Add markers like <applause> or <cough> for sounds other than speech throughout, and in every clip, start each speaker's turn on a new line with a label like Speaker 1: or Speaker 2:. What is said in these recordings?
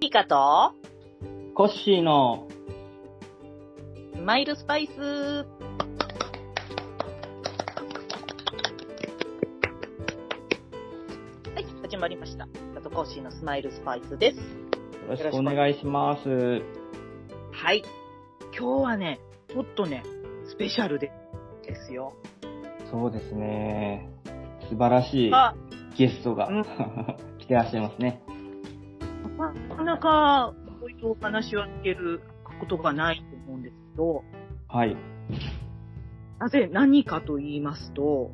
Speaker 1: ミカと、
Speaker 2: コッシーの、
Speaker 1: マイルスパイス。はい、始まりました。あとコッシーのスマイルスパイスです。
Speaker 2: よろしくお願いします。
Speaker 1: はい。今日はね、ちょっとね、スペシャルで、ですよ。
Speaker 2: そうですね。素晴らしい
Speaker 1: あ、
Speaker 2: ゲストが
Speaker 1: うん
Speaker 2: <laughs> 来てらっしゃいますね。
Speaker 1: なかなか、こういうお話は聞けることがないと思うんですけど、
Speaker 2: はい。
Speaker 1: なぜ何かと言いますと、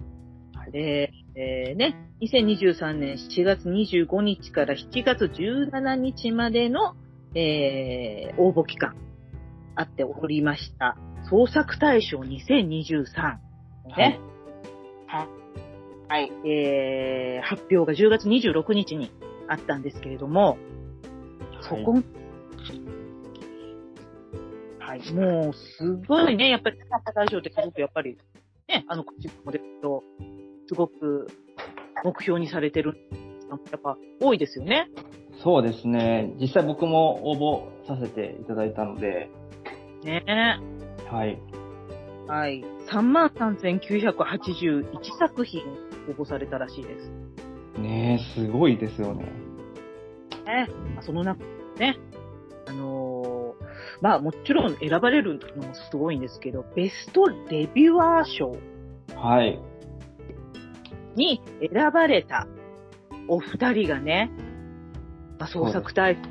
Speaker 1: えーえーね、2023年7月25日から7月17日までの、えー応募期間、あっておりました。創作大賞2023。ね。ははい。えー発表が10月26日にあったんですけれども、そこ、はい、もう、すごいね、やっぱり、高田大賞ってすごくやっぱり、ね、あの、こっちもでと、すごく目標にされてる、やっぱ多いですよね。
Speaker 2: そうですね。実際僕も応募させていただいたので、
Speaker 1: ね
Speaker 2: はい。
Speaker 1: はい。33,981作品応募されたらしいです。
Speaker 2: ねえ、すごいですよね。
Speaker 1: ね、まあその中、ね、あのーまあもちろん選ばれるのもすごいんですけど、ベストレビュアー賞
Speaker 2: はい。
Speaker 1: に選ばれたお二人がね、まあ、創作隊に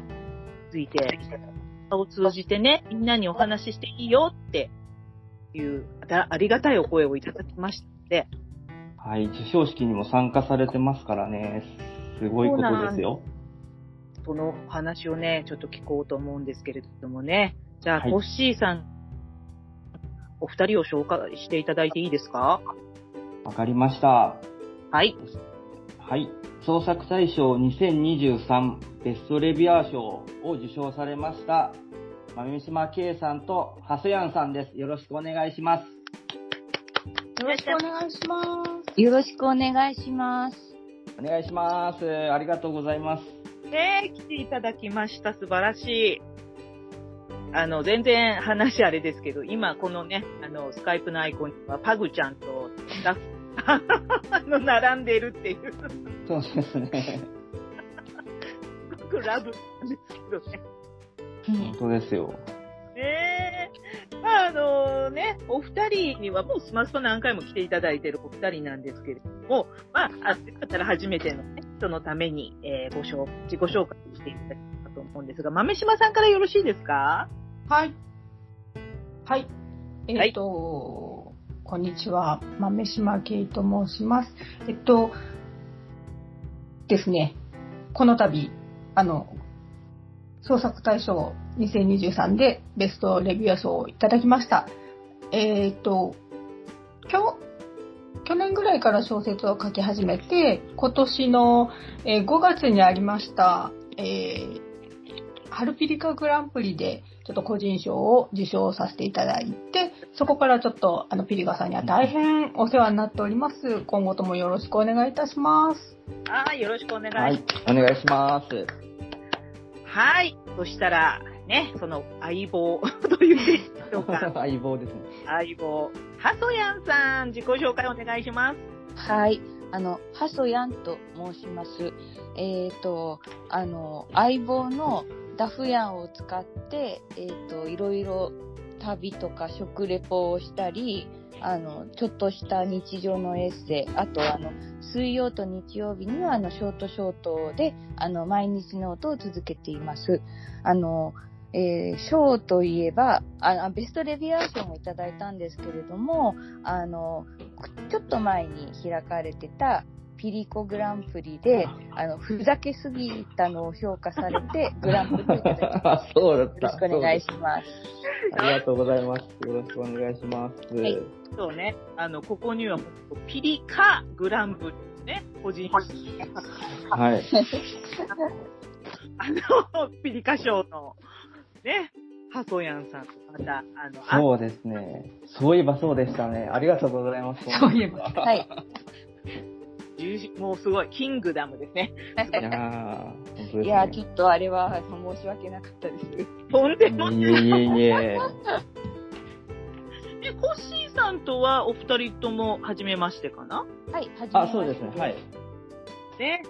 Speaker 1: ついて、を通じてね、みんなにお話ししていいよっていう、あありがたいお声をいただきましたので、
Speaker 2: はい。授賞式にも参加されてますからね。すごいことですよ。
Speaker 1: そのお話をね、ちょっと聞こうと思うんですけれどもね。じゃあ、
Speaker 2: はい
Speaker 1: コッシーさん、お二人を紹介していただいていいですか
Speaker 2: わかりました。
Speaker 1: はい。
Speaker 2: はい。創作大賞2023ベストレビュアー賞を受賞されました、豆島圭さんと長谷庵さんです。よろしくお願いします。
Speaker 3: よろしくお願いします。よろしくお願いします。
Speaker 2: お願いします。ありがとうございます。
Speaker 1: ねえ、来ていただきました。素晴らしい。あの、全然話あれですけど、今このね、あの、スカイプのアイコンにはパグちゃんとスタッフ <laughs> あの、並んでるっていう、す <laughs>
Speaker 2: そうですね。
Speaker 1: ごくラブなんですけどね。
Speaker 2: 本当ですよ。
Speaker 1: ねえ。まあ、あのね、お二人にはもうスマスパ何回も来ていただいてるお二人なんですけれども、まあ、あよかったら初めての、ね、人のために、えーご紹自己紹介していただけたらと思うんですが、豆島さんからよろしいですか
Speaker 4: はい。はい。えっ、と、こんにちは。豆島慶と申します。えっと、ですね、この度、あの、創作大賞2023でベストレビュアー賞をいただきました。えっ、と、今日、去年ぐらいから小説を書き始めて、今年の、え5月にありました、えーハルピリカグランプリで、ちょっと個人賞を受賞させていただいて、そこからちょっと、あの、ピリカさんには大変お世話になっております。今後ともよろしくお願いいたします。
Speaker 1: ああ、よろしくお願いします。
Speaker 2: は
Speaker 1: はい
Speaker 2: い。お願いします。。
Speaker 1: そしたら、ね、その相棒 <laughs> と言っていいでしょう <laughs> か。
Speaker 2: <laughs> 相棒ですね。
Speaker 1: 相棒、ハソヤンさん、自己紹介お願いします。
Speaker 3: はい。あの、ハソヤンと申します。えっ、と、あの、相棒のダフヤンを使って、えっ、と、いろいろ旅とか食レポをしたり、あの、ちょっとした日常のエッセイ、あと、あの、水曜と日曜日には、あの、ショートショートで、あの、毎日ノートを続けています。あの、えー、賞といえばあ、あベストレビュアー賞もいただいたんですけれども、あの、ちょっと前に開かれてたピリコグランプリで、あの、ふざけすぎたのを評価されて、グランプリをいただきました。
Speaker 2: あそうだっ
Speaker 3: よ
Speaker 2: た。
Speaker 3: ろしくお願いし
Speaker 2: そう
Speaker 3: ます。
Speaker 2: ですありがとうございます。よろしくお願いします。
Speaker 3: い
Speaker 1: そうね、あの、ここには、ピリカグランプリね、個人
Speaker 2: はい。
Speaker 1: あの、ピリカ賞の、ね、ハソヤンさんと、また、あの、あ
Speaker 2: そうですね。そういえばそうでしたね。ありがとうございます。
Speaker 4: そういえば。
Speaker 3: はい。
Speaker 1: 十もうすごい、キングダムですね。 <laughs>
Speaker 2: いやー、本当ですね。
Speaker 3: いや、ちょっとあれは申し訳なかったです。
Speaker 1: とんでもない。
Speaker 2: いえいえいえ。
Speaker 1: え、コッシーさんとはお二人とも初めましてかな
Speaker 3: はい、始めました
Speaker 2: あ、そうですね。はい。。
Speaker 1: ね。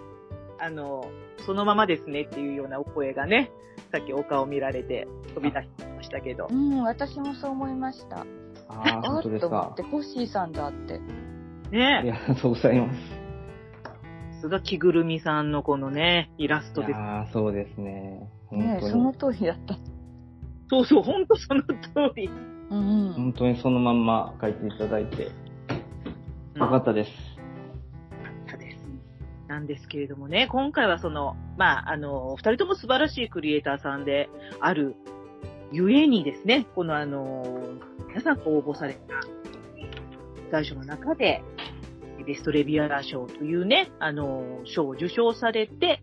Speaker 1: あの、そのままですねっていうようなお声がね、さっきお顔見られて飛び出してましたけど
Speaker 3: う。ん、私もそう思いました。
Speaker 2: ああ、
Speaker 3: あ
Speaker 2: 本
Speaker 3: っ
Speaker 2: 当で
Speaker 3: と
Speaker 2: す
Speaker 3: 思っ
Speaker 2: か
Speaker 3: て、。コッシーさんだって。
Speaker 2: あり
Speaker 1: ね。
Speaker 2: がとうございます。
Speaker 1: さすが着ぐるみさんのこのね、イラスト
Speaker 2: い
Speaker 1: です。
Speaker 2: やーそうですね。本
Speaker 3: ね
Speaker 2: 当
Speaker 3: その
Speaker 2: に。
Speaker 3: 通りだった。
Speaker 1: そうそう、ほんとその通り。
Speaker 3: うんうん。
Speaker 2: 本当にそのまんま書いていただいて、よかったです。
Speaker 1: ったです。なんですけれどもね、今回はその、まあ、あの、お二人とも素晴らしいクリエイターさんである、ゆえにですね、このあの、皆さんが応募された大賞の中で、ベストレビュアー賞というね、あの、賞を受賞されて、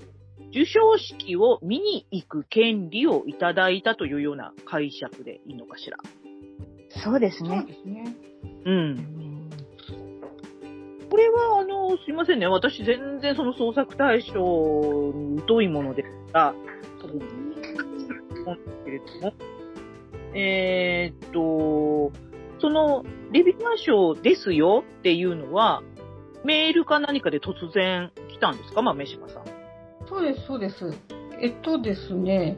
Speaker 1: 受賞式を見に行く権利をいただいたというような解釈でいいのかしら。
Speaker 3: そうです
Speaker 4: そう
Speaker 3: ね。
Speaker 4: ですね。
Speaker 1: うん。これは、あの、すいませんね。私、全然その創作対象に疎いものですから、ちょっと思うんですけれども、えーっと、その、レビュアー賞ですよっていうのは、メールか何かで突然来たんですかまあ、メシマさん。
Speaker 4: そうです、そうです。えっとですね、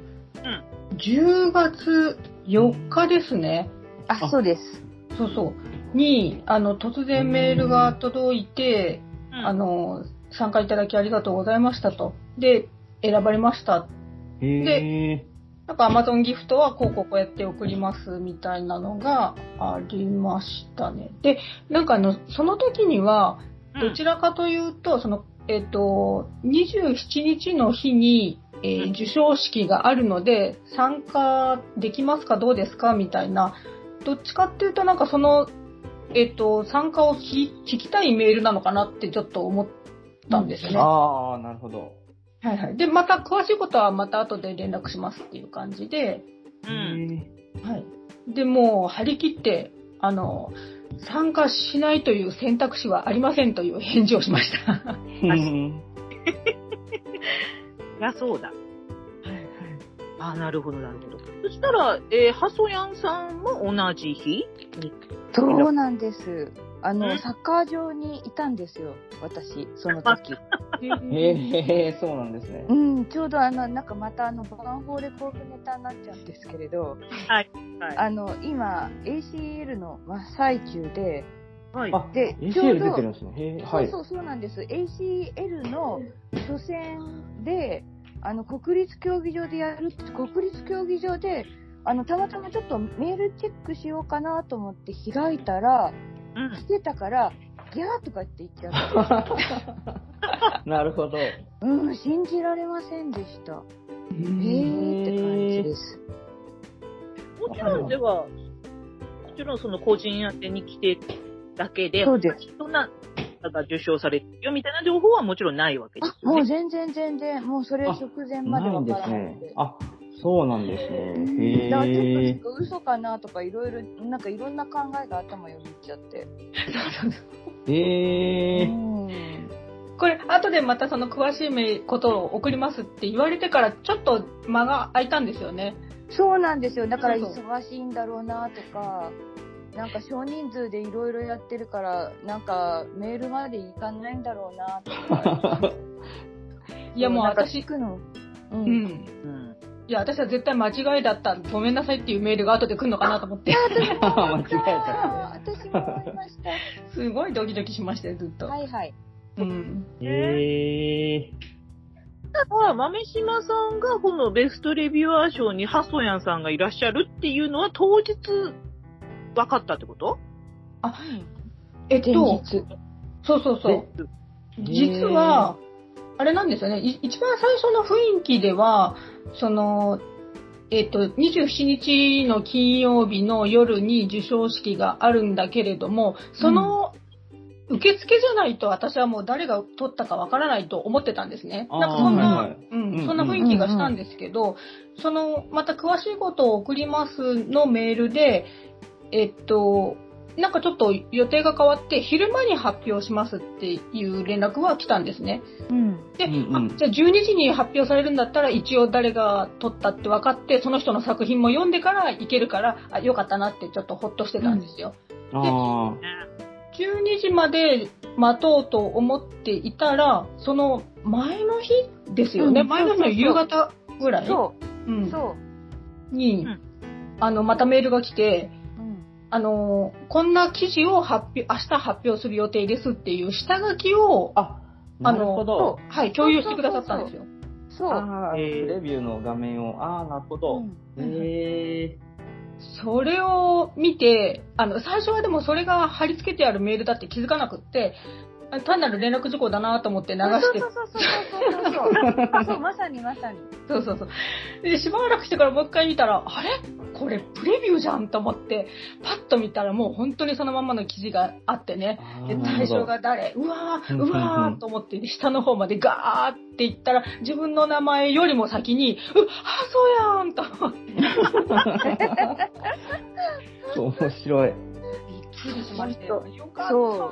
Speaker 1: ん
Speaker 4: 10月4日ですね、
Speaker 3: あ、
Speaker 2: あ
Speaker 3: そうです。
Speaker 4: そうそう、に、あの、突然メールが届いて、あ
Speaker 1: の、
Speaker 4: の、参加いただきありがとうございましたと。で、選ばれました。
Speaker 2: へえ。
Speaker 4: なんか Amazon ギフトはこうこうこうやって送りますみたいなのがありましたね。で、なんかあの、その時には、どちらかというと、その、えっ、と、27日の日に、えー
Speaker 1: うん
Speaker 4: 授賞式があるので、参加できますかどうですかみたいな、どっちかっていうとなんかその、えっ、と、参加を聞聞きたいメールなのかなってちょっと思ったんですね。は
Speaker 2: ああ、なるほど。
Speaker 4: いはい。で、また詳しいことはまた後で連絡しますっていう感じで、
Speaker 1: うん。
Speaker 2: へ
Speaker 4: はい。で、もう張り切って、あの、参加しないという選択肢はありませんという返事をしました。
Speaker 2: ー
Speaker 1: いや、そうだ。あ、なるほど、なるほど。そしたら、えー、ハソヤンさんも同じ日
Speaker 3: そうなんです。あ
Speaker 1: う
Speaker 3: の、
Speaker 1: ん
Speaker 3: サッカー場にいたんですよ、私、その時。
Speaker 2: へえ、そうなんですね
Speaker 3: う。ん、ちょうどあの、なんかまたあの、バンホーレコークネタになっちゃうんですけれど、
Speaker 1: はい。はい
Speaker 3: あの、今、ACL の真っ最中で、
Speaker 1: はい。
Speaker 2: あ、
Speaker 3: で、ちょう
Speaker 2: ACL 出てるん
Speaker 3: ど、
Speaker 2: ですね。へえ、
Speaker 3: そ
Speaker 2: は
Speaker 3: う
Speaker 2: い
Speaker 3: そ。うそうなんです。ACL の初戦で、あの、国立競技場でやるって、国立競技場で、あの、たまたまちょっとメールチェックしようかなと思って開いた
Speaker 1: う
Speaker 3: ら、
Speaker 1: ん
Speaker 3: 来てたから、ギャーとかって言っちゃって。 <laughs>
Speaker 2: なるほど。 <laughs>
Speaker 3: うん、信じられませんでした。へ
Speaker 2: ー
Speaker 3: ー
Speaker 2: っ
Speaker 3: ってて
Speaker 2: 感
Speaker 3: 感
Speaker 2: じで
Speaker 3: じです。
Speaker 1: もちろんでは、もちろんその個人宛てに来てだけで、
Speaker 3: そうです
Speaker 1: 人な方が受賞されてるよみたいな情報はもちろんないわけで
Speaker 3: あ
Speaker 1: す、よ
Speaker 3: もう
Speaker 1: ね。
Speaker 3: 全然全然、もうそれ直前まで
Speaker 2: ない
Speaker 3: わ
Speaker 2: んで
Speaker 3: から
Speaker 2: す
Speaker 3: ないん
Speaker 2: ね
Speaker 3: で。。
Speaker 2: あ、そうなんです
Speaker 3: うん
Speaker 2: ね。
Speaker 3: だからち
Speaker 2: へ
Speaker 3: ょっ
Speaker 2: え。
Speaker 3: と嘘かなとかいろいろ、なんかいろんな考えが頭よぎっちゃって。
Speaker 2: へ
Speaker 3: う <laughs>
Speaker 2: え。
Speaker 3: ん。
Speaker 4: これ、後でまたその詳しいことを送りますって言われてから、ちょっと間が空いたんですよね。
Speaker 3: そうなんですよ。だから
Speaker 4: そうそ
Speaker 3: 忙しいんだろうなとか、なんか少人数でいろいろやってるから、なんかメールまでいかないんだろうなとか。
Speaker 4: <laughs> いや、もう
Speaker 3: なんか
Speaker 4: 私
Speaker 3: 聞、くの。
Speaker 4: う
Speaker 3: う。
Speaker 4: んん。
Speaker 1: うん。
Speaker 4: いや、私は絶対間違いだった。ごめんなさいっていうメールが後で来るのかなと思って。
Speaker 2: 間違えた。
Speaker 3: あー私も思いました。
Speaker 4: すごいドキドキしましたよ、ずっと。
Speaker 3: はいはい。
Speaker 4: うん。
Speaker 2: へえ。
Speaker 1: ただ、豆島さんがこのベストレビュアー賞にハソヤンさんがいらっしゃるっていうのは当日分かったってこと
Speaker 4: <laughs> えっ
Speaker 3: 前
Speaker 4: と、
Speaker 3: 日。
Speaker 4: そうそうそう。実は、あれなんですよね。い一番最初の雰囲気では、その、えっと、27日の金曜日の夜に授賞式があるんだけれども、その、受付じゃないと私はもう誰が取ったかわからないと思ってたんですね。
Speaker 2: あー
Speaker 4: なんかそんな、
Speaker 2: はいはい
Speaker 4: うん
Speaker 2: うん
Speaker 4: そんな雰囲気がしたんですけど、その、また詳しいことを送りますのメールで、えっと、なんかちょっと予定が変わって、昼間に発表しますっていう連絡は来たんですね。
Speaker 3: うん。
Speaker 4: で、
Speaker 2: うんうん
Speaker 4: あじゃあ12時に発表されるんだったら、一応誰が撮ったって分かって、その人の作品も読んでから行けるから、あ、よかったなってちょっとほっとしてたんですよ。
Speaker 2: あ
Speaker 4: 12時まで待とうと思っていたら、その前の日ですよね。
Speaker 3: うん
Speaker 4: 前の日の夕方ぐらい
Speaker 3: そうう、
Speaker 4: ん
Speaker 3: そう。
Speaker 4: に、
Speaker 1: うん
Speaker 4: あの、またメールが来て、
Speaker 3: うん。
Speaker 4: あのーこんな記事を発表、明日発表する予定ですっていう下書きを、
Speaker 2: あ。あ、なるほど。
Speaker 4: はい、共有してくださったんですよ。
Speaker 3: そう。
Speaker 2: ああ、
Speaker 1: えー
Speaker 2: レビューの画面を。ああ、なるほど。
Speaker 1: え
Speaker 4: それを見て、あの、最初はでもそれが貼り付けてあるメールだって気づかなくって、あ単なる連絡事項だなと思って流して
Speaker 3: そ、うそうそうそうそうそう。あそう、まさにまさに。
Speaker 4: そうそうそう。で、しばらくしてからもう一回見たら、あれこれプレビューじゃんと思って、パッと見たらもう本当にそのままの記事があってね。
Speaker 2: あ
Speaker 4: で、
Speaker 2: ー
Speaker 4: 対象。
Speaker 2: なる
Speaker 4: が誰うわ
Speaker 2: う
Speaker 4: ー、
Speaker 2: んうんうん
Speaker 4: うわーと思って、下の方までガーって行ったら、自分の名前よりも先に、うあ、そうやんと思って
Speaker 2: <laughs> ほど面白い。
Speaker 4: びっくりしましたよ。よかった。
Speaker 3: そう
Speaker 4: うん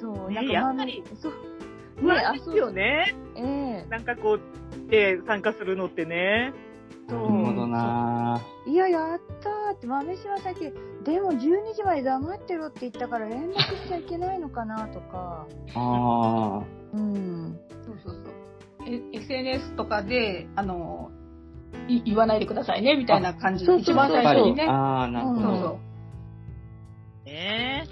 Speaker 3: そう、
Speaker 1: ね
Speaker 3: なんか、
Speaker 1: やっぱり
Speaker 3: まあそう。
Speaker 1: ー。不安ですよね。
Speaker 3: ええ
Speaker 1: なんかこう、で、参加するのってね。
Speaker 2: なるほどない
Speaker 3: や、やったーって、豆島さっき、でも12時まで黙ってろって言ったから連絡しちゃいけないのかなとか。
Speaker 2: ーあ
Speaker 3: うん。
Speaker 4: そうそうそう。え SNS とかで、あの、い言わないでくださいね、みたいな感じ
Speaker 3: あ
Speaker 4: で、
Speaker 3: そうそう
Speaker 4: 一
Speaker 2: あ。
Speaker 4: 番
Speaker 2: やっ
Speaker 4: 最
Speaker 2: ぱ
Speaker 4: 初に
Speaker 2: り。
Speaker 4: ね。
Speaker 2: ああ、なるほ
Speaker 4: そう
Speaker 2: ど。
Speaker 4: そう。
Speaker 1: ね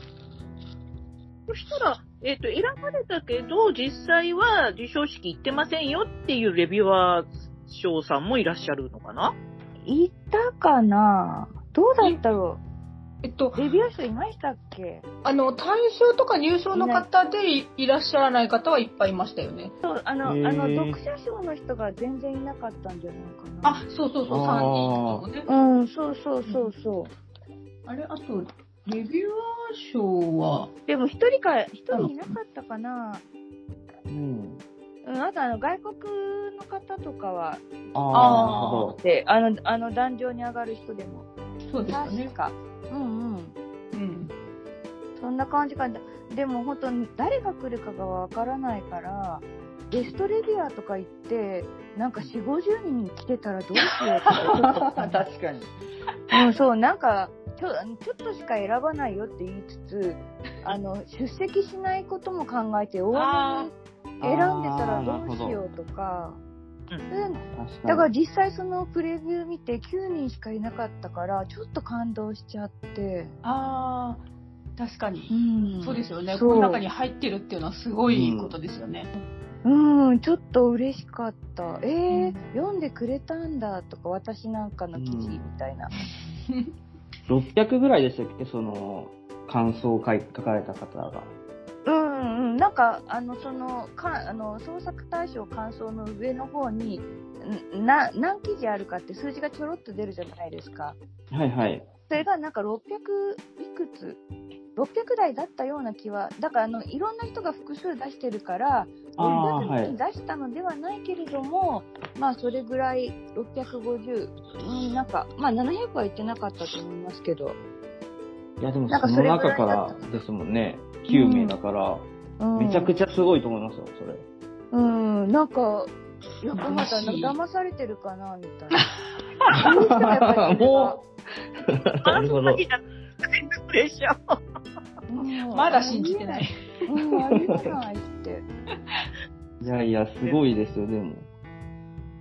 Speaker 1: そしたら、えっ、と、選ばれたけど、実際は授賞式行ってませんよっていうレビュアー賞さんもいらっしゃるのかな
Speaker 3: 行ったかなどうだったろ
Speaker 4: えっと
Speaker 3: う、レビュー賞いましたっけ
Speaker 4: あの、対象とか入賞の方でいいらっしゃらない方はいっぱいいましたよね。
Speaker 3: そう、あの、あ
Speaker 2: へー
Speaker 3: の、読者賞の人が全然いなかったんじゃないかな。
Speaker 4: あ、そうそうそう、
Speaker 2: あ
Speaker 4: 3人とかね。
Speaker 3: うん、そうそうそうそう。
Speaker 4: あれ、あと、レビュアー賞は、
Speaker 3: でも一人か、一人いなかったかな
Speaker 2: うん。
Speaker 3: うん、あとあの、外国の方とかは、
Speaker 2: ああ、
Speaker 3: で、あの、あの、壇上に上がる人でも。
Speaker 4: そうですよ
Speaker 3: 確
Speaker 4: ね。
Speaker 3: か。うんうん。
Speaker 4: うん。
Speaker 3: そんな感じかな。でも本当に誰が来るかがわからないから、ゲストレビュアーとか行って、なんか4、50人来てたらどうしようと
Speaker 4: <laughs>
Speaker 3: かちょっと
Speaker 2: なるほど。確かに。
Speaker 3: うん、そう、なんかちょ、ちょっとしか選ばないよって言いつつ、あの、出席しないことも考えて、多めに選んでたらどうしようとか。
Speaker 1: なるほ
Speaker 3: う
Speaker 2: 確か
Speaker 3: ん、
Speaker 2: に。
Speaker 3: だから実際そのプレビュー見て9人しかいなかったから、ちょっと感動しちゃって。
Speaker 4: ああ、確かに。
Speaker 3: ん
Speaker 4: そうですよね。
Speaker 3: そう
Speaker 4: この中に入ってるっていうのはすごいことですよね。
Speaker 3: うん、ちょっと嬉しかった。えー、読んでくれたんだとか、私なんかの記事みたいな。
Speaker 2: 600ぐらいでしたっけその、感想を書い書かれた方が。
Speaker 3: うん、うん、なんか、あの、その、か、あの、創作大賞感想の上の方に、んな、何記事あるかって数字がちょろっと出るじゃないですか。
Speaker 2: はいはい。
Speaker 3: それがなんか600いくつ ?600 台だったような気は、だからあの、いろんな人が複数出してるから、
Speaker 2: ああ、は
Speaker 3: 600
Speaker 2: い
Speaker 3: に。出したのではないけれども、まあそれぐらい650、うんなんか、まあ700は言ってなかったと思いますけど、
Speaker 2: いやでも
Speaker 3: なん
Speaker 2: そ
Speaker 3: か
Speaker 2: の
Speaker 3: それぐらい
Speaker 2: 中からですもんね。9名だから、
Speaker 3: うん、
Speaker 2: めちゃくちゃすごいと思いますよ、それ。
Speaker 3: うん、なんか、よくまた
Speaker 4: 嬉しい
Speaker 3: 騙されてるかな、みた
Speaker 4: <laughs>
Speaker 3: いな。いい人はやっぱりそれは
Speaker 2: も
Speaker 3: <laughs>
Speaker 2: なるほど。
Speaker 1: プレッシャー。
Speaker 3: うん
Speaker 4: まだ信じてない。。
Speaker 3: うん、ありえないって。
Speaker 2: いやいや、すごいですよ、でも。
Speaker 1: す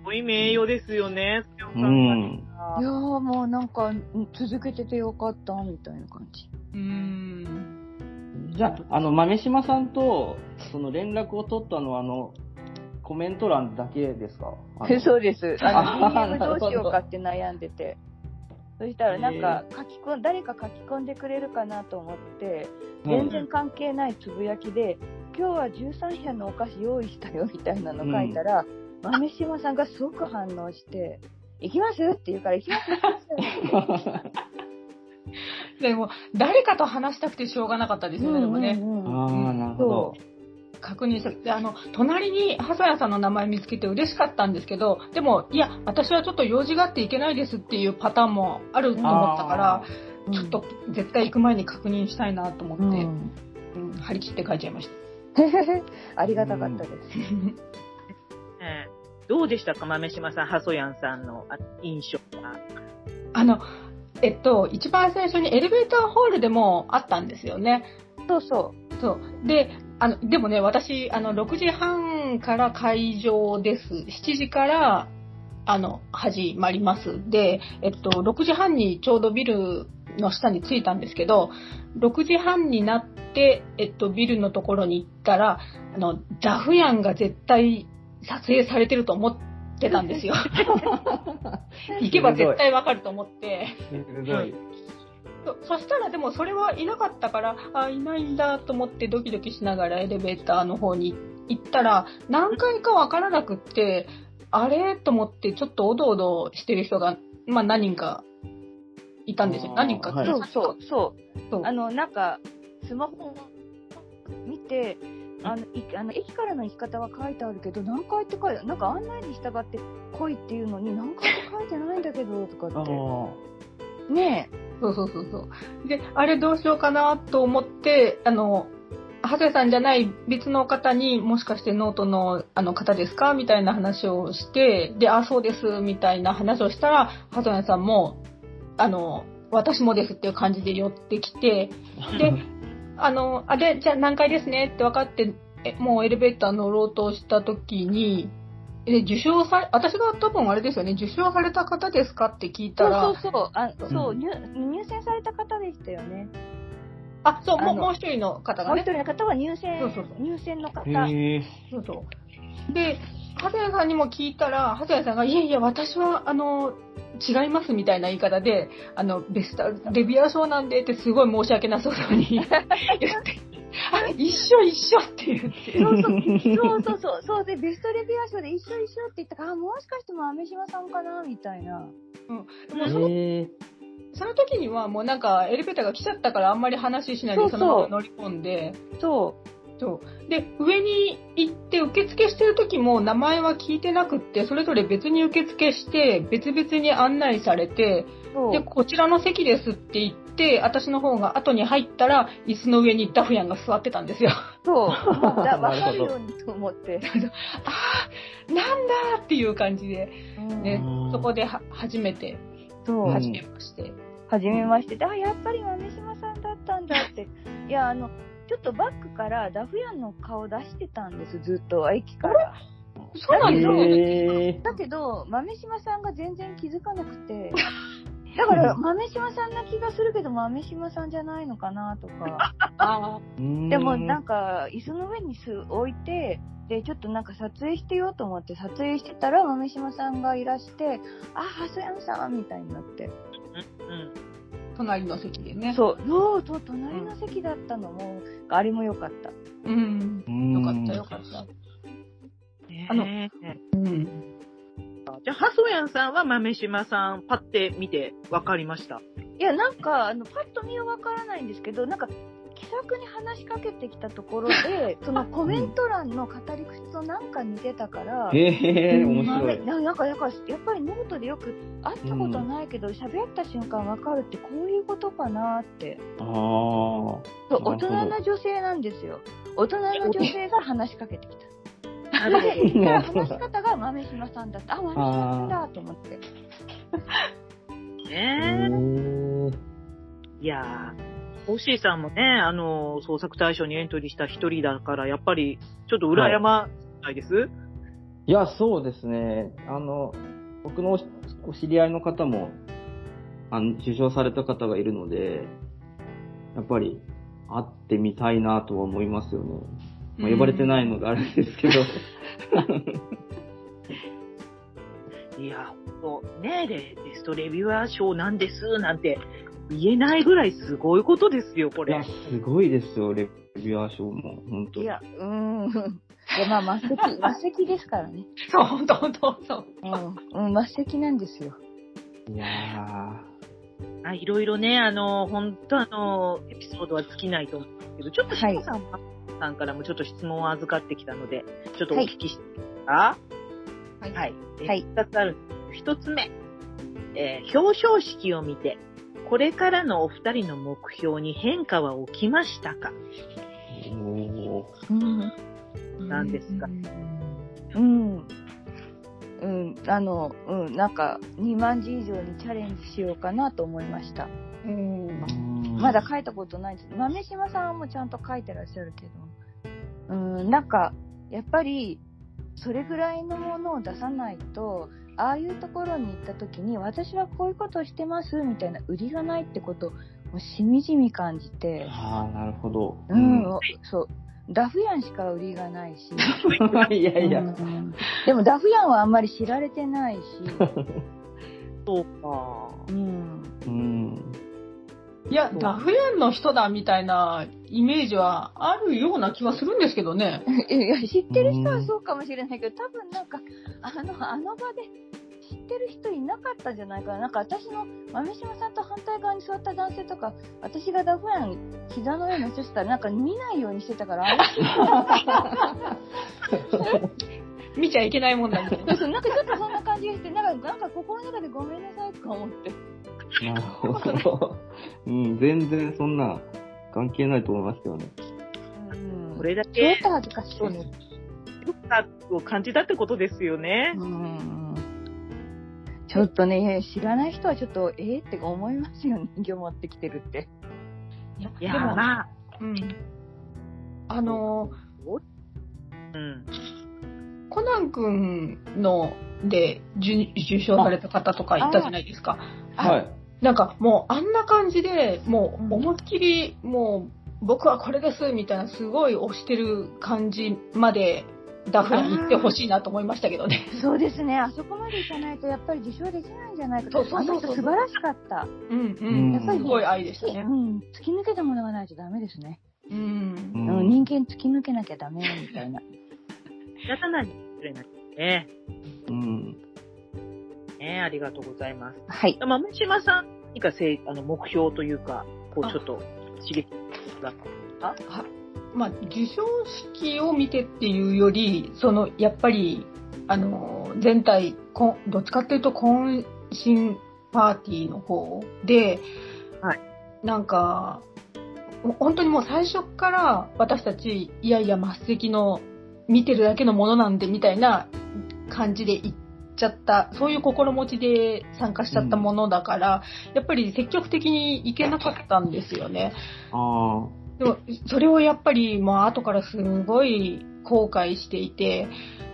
Speaker 1: ごい名誉ですよね。
Speaker 2: う
Speaker 1: い
Speaker 2: ん。
Speaker 3: いやーもうなんか、うん続けててよかった、みたいな感じ。
Speaker 4: うーん。
Speaker 2: じゃあ、あの、豆島さんと、その連絡を取ったのは、あの、コメント欄だけですかあの <laughs>
Speaker 3: そうです。あ
Speaker 2: あ
Speaker 3: の、
Speaker 2: ー
Speaker 3: DM
Speaker 2: なるほど
Speaker 3: どうしようかって悩んでて。そしたらなんか書き込ん、誰か書き込んでくれるかなと思って、
Speaker 2: はい
Speaker 3: 全然関係ないつぶやきで、今日は13品のお菓子用意したよみたいなの書いたら、豆島さんがすごく反応して、行きますって言うから行きます行きます
Speaker 4: でも、誰かと話したくてしょうがなかったですよね、でもね。
Speaker 3: うんうん
Speaker 2: ああ、なるほど。
Speaker 4: 確認する。で、あの、隣に、ハサヤさんの名前見つけて嬉しかったんですけど、でも、いや、私はちょっと用事があって行けないですっていうパターンもあると思ったから、ちょっと絶対行く前に確認したいなと思って、うん張り切って書いちゃいました。
Speaker 3: <laughs> ありがたかったです。
Speaker 1: えーどうでしたか、豆島さん、ハソヤンさんのあ印象は。
Speaker 4: あの、えっと、一番最初にエレベーターホールでもあったんですよね。
Speaker 3: そうそ
Speaker 4: そう。で、あの、でもね、私、あの、6時半から会場です。7時から、あの、始まります。で、えっと、6時半にちょうどビルの下に着いたんですけど、6時半になって、えっと、ビルのところに行ったら、あの、ダフヤンが絶対撮影されてると思ってたんですよ。行けば絶対わかると思って。
Speaker 2: 鋭い。
Speaker 4: そそしたらでもそれはいなかったから、あ、いないんだと思ってドキドキしながらエレベーターの方に行ったら、何回かわからなくって、あれと思ってちょっとおどおどしてる人が、まあ何人かいたんですよ。
Speaker 2: あー
Speaker 4: 何人か、
Speaker 2: はい
Speaker 3: そうそうそう。
Speaker 4: そう
Speaker 3: あの、なんか、スマホを見て、あの、いあの駅からの行き方は書いてあるけど、何回って書いて、なんか案内に従って来いっていうのに、何回って書いてないんだけ
Speaker 4: <laughs>
Speaker 3: ど、とか
Speaker 2: あ
Speaker 3: っ
Speaker 2: ー
Speaker 3: て。ね
Speaker 4: そうそうそうそう。で、あれどうしようかなと思って、あの、長谷さんじゃない別の方にもしかしてノートのあの方ですかみたいな話をして、で、あ、そうです、みたいな話をしたら、長谷さんも、あの、私もですっていう感じで寄ってきて、で、あの、あれ、じゃあ何階ですねって分かって、えもうエレベーター乗ろうとした時に、え受賞さ、私が多分あれですよね、受賞された方ですかって聞いた
Speaker 3: そう
Speaker 4: ら、
Speaker 3: そうそう。あそう、
Speaker 2: うん
Speaker 3: 入入選された方でしたよね。
Speaker 4: あ、そう、も
Speaker 3: あ
Speaker 4: う
Speaker 3: の
Speaker 4: もう一人の方
Speaker 3: も
Speaker 4: が
Speaker 3: う一
Speaker 4: ね。
Speaker 3: 人の方は入選
Speaker 4: そうそうそ
Speaker 3: 入選の方。
Speaker 2: へえ。
Speaker 4: そうそう。で、長谷さんにも聞いたら、長谷さんが、いやいや、私は、あの、違いますみたいな言い方で、あの、ベスタ、レビア賞なんでってすごい申し訳なそうそうに <laughs> 言って、あ一緒一緒って言って。
Speaker 3: そうそう。そうそうそう。そうで、ベストレビュアー賞で一緒一緒って言ったから、あ、もしかしても飴島さんかなみたいな。
Speaker 4: もうその
Speaker 2: へえ。
Speaker 4: その時にはもうなんかエレベーターが来ちゃったからあんまり話しない
Speaker 3: そ
Speaker 4: で
Speaker 3: うそ
Speaker 4: そうのまま乗り込んで、
Speaker 3: そ
Speaker 4: そう。で、上に行って受付してる時も名前は聞いてなくって、それぞれ別に受付して、別々に案内されて、
Speaker 3: う。そう
Speaker 4: で、こちらの席ですって言って、私の方が後に入ったら、椅子の上にダフヤンが座ってたんですよ。 <laughs>
Speaker 3: そう。もうだ
Speaker 2: な
Speaker 3: わ
Speaker 2: る
Speaker 3: か
Speaker 2: ほ
Speaker 3: る
Speaker 2: ど
Speaker 3: ようにと思って。
Speaker 4: ああ、なんだっていう感じで、ね
Speaker 2: うん、
Speaker 4: そこでは初めて、
Speaker 3: そう。
Speaker 2: ん
Speaker 4: 初めまして。
Speaker 3: はじめましてであ、やっぱり豆島さんだったんだって。 <laughs> いや、あの、ちょっとバックからダフヤンの顔出してたんです、ずっと、駅から。
Speaker 4: そうなんですよ。
Speaker 2: へえ。
Speaker 3: だけど、豆島さんが全然気づかなく <laughs> て。だから、豆島さんな気がするけど、豆島さんじゃないのかなとか。
Speaker 4: あ
Speaker 3: でも、なん
Speaker 2: か。
Speaker 3: か、椅子の上にす置いて、で、ちょっとなんか撮影してようと思って、撮影してたら、豆島さんがいらして、あ、ハスヤンさんみたいになって。
Speaker 1: うん。
Speaker 4: ー隣の席でね。
Speaker 3: そう、そう、と隣の席だったのも、あれも良かった。
Speaker 4: うん。よかった、よかった。
Speaker 1: ね
Speaker 4: あの
Speaker 1: え
Speaker 4: うん。
Speaker 1: じゃあ、ハソヤンさんは豆島さん、パッて見て分かりま
Speaker 2: <laughs>
Speaker 1: した。
Speaker 3: いや、なんか、あの、パッと見はわからないんですけど、なんか、気さくに話しかけてきたところ
Speaker 2: <laughs>
Speaker 3: で、そのコメント欄の語り口となんか似てたから、
Speaker 2: へえ、面
Speaker 3: な
Speaker 2: 白い。
Speaker 3: ななんか、やっぱやっぱりノートでよく会ったことないけど、喋、った瞬間わかるってこういうことかなって。
Speaker 2: あ
Speaker 3: そう、
Speaker 2: なるほ
Speaker 3: 大
Speaker 2: ど
Speaker 3: 人な女性なんですよ。大人の女性が話しかけ
Speaker 2: <laughs>
Speaker 3: てきた。
Speaker 1: な
Speaker 3: で、
Speaker 2: なるほど
Speaker 3: 話し方が豆島さんだった。あ、豆島さんだと思って。
Speaker 2: あ。
Speaker 1: ね
Speaker 2: へ
Speaker 1: いやー、ホッシーさんもね、あのー、創作大賞にエントリーした一人だから、やっぱり、ちょっと羨まないです、
Speaker 2: いや、そうですね。あの、僕のお知り合いの方も、あの、受賞された方がいるので、やっぱり、会ってみたいなとは思いますよね。まあ、呼ばれてないのであれですけど。
Speaker 1: い、や、ほんと、ねで、ベストレビュアー賞なんです、なんて言えないぐらいすごいことですよ、こ
Speaker 2: いや、
Speaker 1: れ。
Speaker 2: すごいですよ、レビュアー賞も、本当
Speaker 3: いや、うーん。 <laughs> いや、ま
Speaker 4: <laughs>
Speaker 3: あ、末席、末席ですからね。
Speaker 4: そう、ほんとほんとそう。
Speaker 3: うん、うん、末席なんですよ。
Speaker 2: いや
Speaker 1: あいろいろね、あのー、本当あのー、エピソードは尽きないと思うんですけど、ちょっと
Speaker 3: はい
Speaker 1: シコさん、パッさんからもちょっと質問を預かってきたので、ちょっとお聞きしていいですか、
Speaker 4: は
Speaker 1: はい。えー
Speaker 3: はい
Speaker 1: 二つあるんですけど。一つ目、えー表彰式を見て、これからのお二人の目標に変化は起きましたか
Speaker 2: おー
Speaker 3: うん
Speaker 1: なんですか
Speaker 3: うん。うん、あの、うん、なんか、2万字以上にチャレンジしようかなと思いました。
Speaker 4: うん。
Speaker 3: まだ書いたことないんです。豆島さんはもうちゃんと書いてらっしゃるけど、うん、なんか、やっぱり、それぐらいのものを出さないと、ああいうところに行った時に、私はこういうことをしてます、みたいな売りがないってことを、もうしみじみ感じて、
Speaker 2: ああ、なるほど。
Speaker 3: うん、そう、ダフヤンしか売りがないし、
Speaker 2: <laughs> いやいや。
Speaker 3: うんでもダフヤンはあんまり知られて <laughs> ないし、
Speaker 1: そうか。
Speaker 3: うん、
Speaker 2: うん。
Speaker 4: いや、ダフヤンの人だみたいなイメージはあるような気はするんですけどね。
Speaker 3: いや知ってる人はそうかもしれないけど、多分なんか、あの、あの場で知ってる人いなかったんじゃないかな。なんか私の、豆島さんと反対側に座った男性とか、私がダフラン膝の上に乗せてたら、なんか見ないようにしてたから、あれ <laughs>
Speaker 4: 見ちゃいけないもんだみたいな。
Speaker 3: そうなんかちょっとそんな感じがして、なんか、なんか心の中でごめんなさいとか思って。
Speaker 2: なるほど。うん、全然そんな関係ないと思いますけどね。
Speaker 3: うん
Speaker 1: これだ
Speaker 3: ちょっ
Speaker 1: け
Speaker 3: と恥ずかしいよね。
Speaker 1: 変化を感じたってことですよね。
Speaker 3: うん。ちょっとね、知らない人はちょっと、ええって思いますよね、人形持ってきてるって。
Speaker 1: いや、まあ、
Speaker 4: うん。あの、
Speaker 1: うん。
Speaker 4: コナン君ので受受賞された方とかいたじゃないですか。
Speaker 3: あ
Speaker 2: はい。
Speaker 4: なんかもうあんな感じで、も
Speaker 3: うん
Speaker 4: う思いっきりもう僕はこれですみたいなすごい押してる感じまでダフに行ってほしいなと思いましたけどね。
Speaker 3: そうですね、あそこまでいかないとやっぱり受賞できないんじゃないかと。
Speaker 4: そうそうそうそう
Speaker 3: あの人素晴らしかった。
Speaker 4: うんう
Speaker 2: うん
Speaker 4: ん。
Speaker 2: やっぱり
Speaker 4: すごい愛でしたね
Speaker 3: う。ん、突き抜けたものがないとダメですね。
Speaker 4: う。
Speaker 2: うん
Speaker 3: うんん、人間突き抜けなきゃダメみたいな。
Speaker 1: 仕方ないかもしれないですね。
Speaker 2: うん。
Speaker 1: ねありがとうございます。
Speaker 3: <laughs> はい。
Speaker 1: まあ、豆島さん、何かせいあの目標というか、こう、ちょっと刺激が。
Speaker 4: まあ、授賞式を見てっていうより、その、やっぱり、あの、全体、こんどっちかっていうと、懇親パーティーの方で、
Speaker 1: はい
Speaker 4: なんか、もう本当にもう最初から私たち、いやいや、末席の、見てるだけのものなんで、みたいな感じで行っちゃった、そういう心持ちで参加しちゃったものだから、やっぱり積極的に行けなかったんですよね。
Speaker 2: あ
Speaker 4: でも、それをやっぱり、もう後からすごい後悔していて、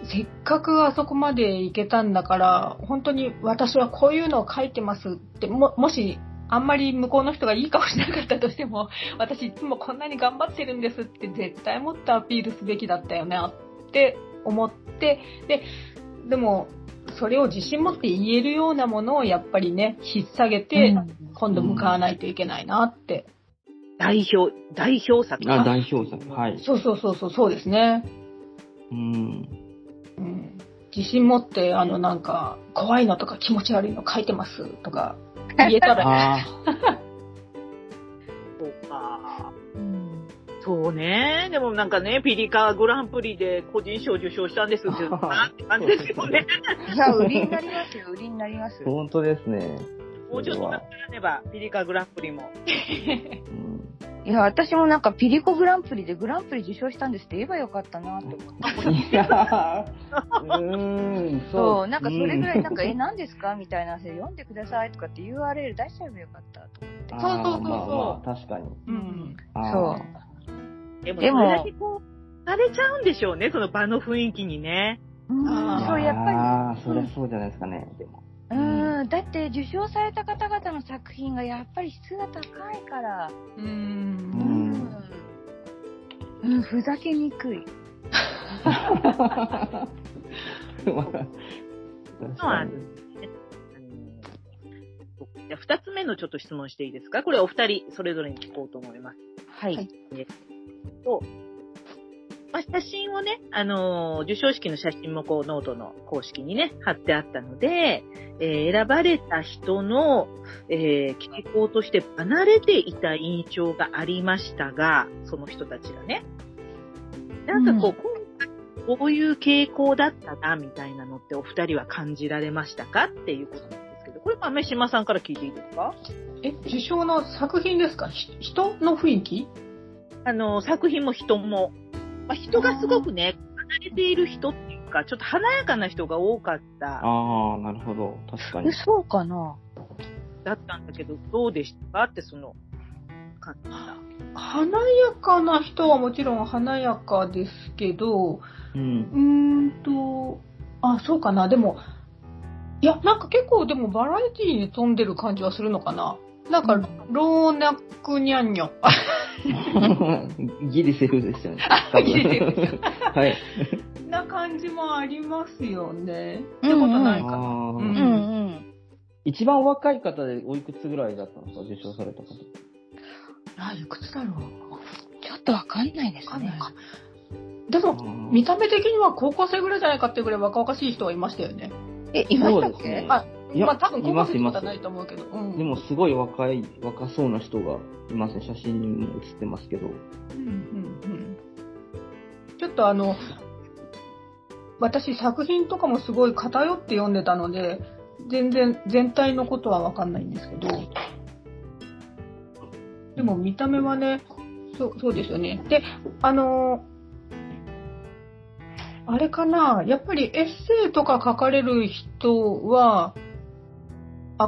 Speaker 4: せっかくあそこまで行けたんだから、本当に私はこういうのを書いてますって、も、もし、あんまり向こうの人がいい顔しなかったとしても、 <laughs> 私いつもこんなに頑張ってるんですって絶対もっとアピールすべきだったよねって思って、で、でも、それを自信持って言えるようなものをやっぱりね、引っ提げて、今度向かわないといけないなって
Speaker 1: 代表、代表作。
Speaker 2: あ。あ、代表作。はい。
Speaker 4: そうそうそうそう、そうですね。
Speaker 2: うん。
Speaker 4: うん、自信持って、あの、なんか、怖いのとか気持ち悪いの書いてますとか言えたら、
Speaker 2: <laughs> あ
Speaker 1: そうか。
Speaker 3: うん
Speaker 1: そうね。でもなんかね、ピリカグランプリで個人賞受賞したんですけど、なって感じですよ <laughs> ね。
Speaker 3: いや、売りになりますよ、売りになります
Speaker 2: あ、。本当ですね。
Speaker 1: もうちょっとなくなれば、ピリカグランプリも。
Speaker 2: うん
Speaker 3: いや、私もなんかピリコグランプリでグランプリ受賞したんですって言えばよかったなと思っ
Speaker 2: い
Speaker 3: て。
Speaker 2: やーうーん、
Speaker 3: そう、なんかそれぐらい、なんか、
Speaker 2: うん
Speaker 3: え、何ですかみたいな、読んでくださいとかって URL 出しちゃえばよかったと思って。
Speaker 2: あー
Speaker 4: そうそうそうそう
Speaker 2: まあまあ、確かに。
Speaker 4: うん、
Speaker 2: あー
Speaker 3: そう。
Speaker 1: でも、そ
Speaker 3: で
Speaker 1: れ
Speaker 3: も
Speaker 1: だけこう、されちゃうんでしょうね、その場の雰囲気にね。
Speaker 3: <laughs> うん
Speaker 4: あー
Speaker 3: そう、やっぱり。
Speaker 2: ああ、そりゃそうじゃないですかね。でも。
Speaker 3: うん、だって受賞された方々の作品がやっぱり質が高いから、
Speaker 4: う、
Speaker 3: うん
Speaker 2: ん
Speaker 3: ん、うん、ふざけにくい。
Speaker 2: <laughs> 確かに。
Speaker 1: うんじゃあ二つ目のちょっと質問していいですかこれお二人それぞれに聞こうと思います。
Speaker 3: はい。
Speaker 4: はい
Speaker 1: と、まあ、写真をね、あのー受賞式の写真もこうノートの公式にね、貼ってあったので、えー選ばれた人の、えー傾向として離れていた印象がありましたが、その人たちがね。なんかこう、
Speaker 3: う
Speaker 1: 今
Speaker 3: ん
Speaker 1: 回こういう傾向だったな、みたいなのってお二人は感じられましたかっていうことなんですけど、これ、豆島さんから聞いていいですか
Speaker 4: え、受賞の作品ですかひ人の雰囲気
Speaker 1: あの、作品も人も、まあ、人がすごくね、離れている人っていうか、ちょっと華やかな人が多かった、
Speaker 2: ああ、なるほど。確か
Speaker 3: え
Speaker 2: に。
Speaker 3: そうかな
Speaker 1: だったんだけど、どうでしたかって、その、感じた。
Speaker 4: 華やかな人はもちろん華やかですけど、
Speaker 2: うん
Speaker 4: う。ーんと、あ、そうかな。でも、いや、なんか結構でもバラエティーに富んでる感じはするのかな。なんか、老若にゃんにょ。
Speaker 2: <laughs> ギリセーフですよね。
Speaker 4: ギリセーフで
Speaker 2: はい。
Speaker 4: <laughs> な感じもありますよね。っ
Speaker 3: うん
Speaker 4: てことない
Speaker 2: あ
Speaker 4: かな。
Speaker 2: ー
Speaker 4: うん
Speaker 3: うんうん。
Speaker 2: 一番若い方でおいくつぐらいだったんですか受賞された方。
Speaker 4: あ、いくつだろう。わ
Speaker 3: ちょっとわかんないです
Speaker 4: かんない
Speaker 3: ね。
Speaker 4: か。でも、見
Speaker 2: 見
Speaker 4: た目的には高校生ぐらいじゃないかっていうぐらい若々しい人はいましたよね。
Speaker 3: え、いました
Speaker 2: そ
Speaker 3: っ
Speaker 2: うです
Speaker 3: け
Speaker 2: ね
Speaker 4: あ、
Speaker 2: いや
Speaker 4: まあ多分
Speaker 2: い
Speaker 4: 高
Speaker 2: ま
Speaker 4: 校
Speaker 2: す
Speaker 4: 生
Speaker 2: い
Speaker 4: と
Speaker 2: ま
Speaker 4: か
Speaker 2: す
Speaker 4: じゃないと思うけど。うん。
Speaker 2: でもすごい若い、若そうな人がいますね。写真にも写ってますけど。
Speaker 4: うんうんうんちょっとあの、私作品とかもすごい偏って読んでたので、全然全体のことはわかんないんですけど、でも見た目はね、そう、そうですよね。で、あの、あれかな、やっぱりエッセイとか書かれる人は、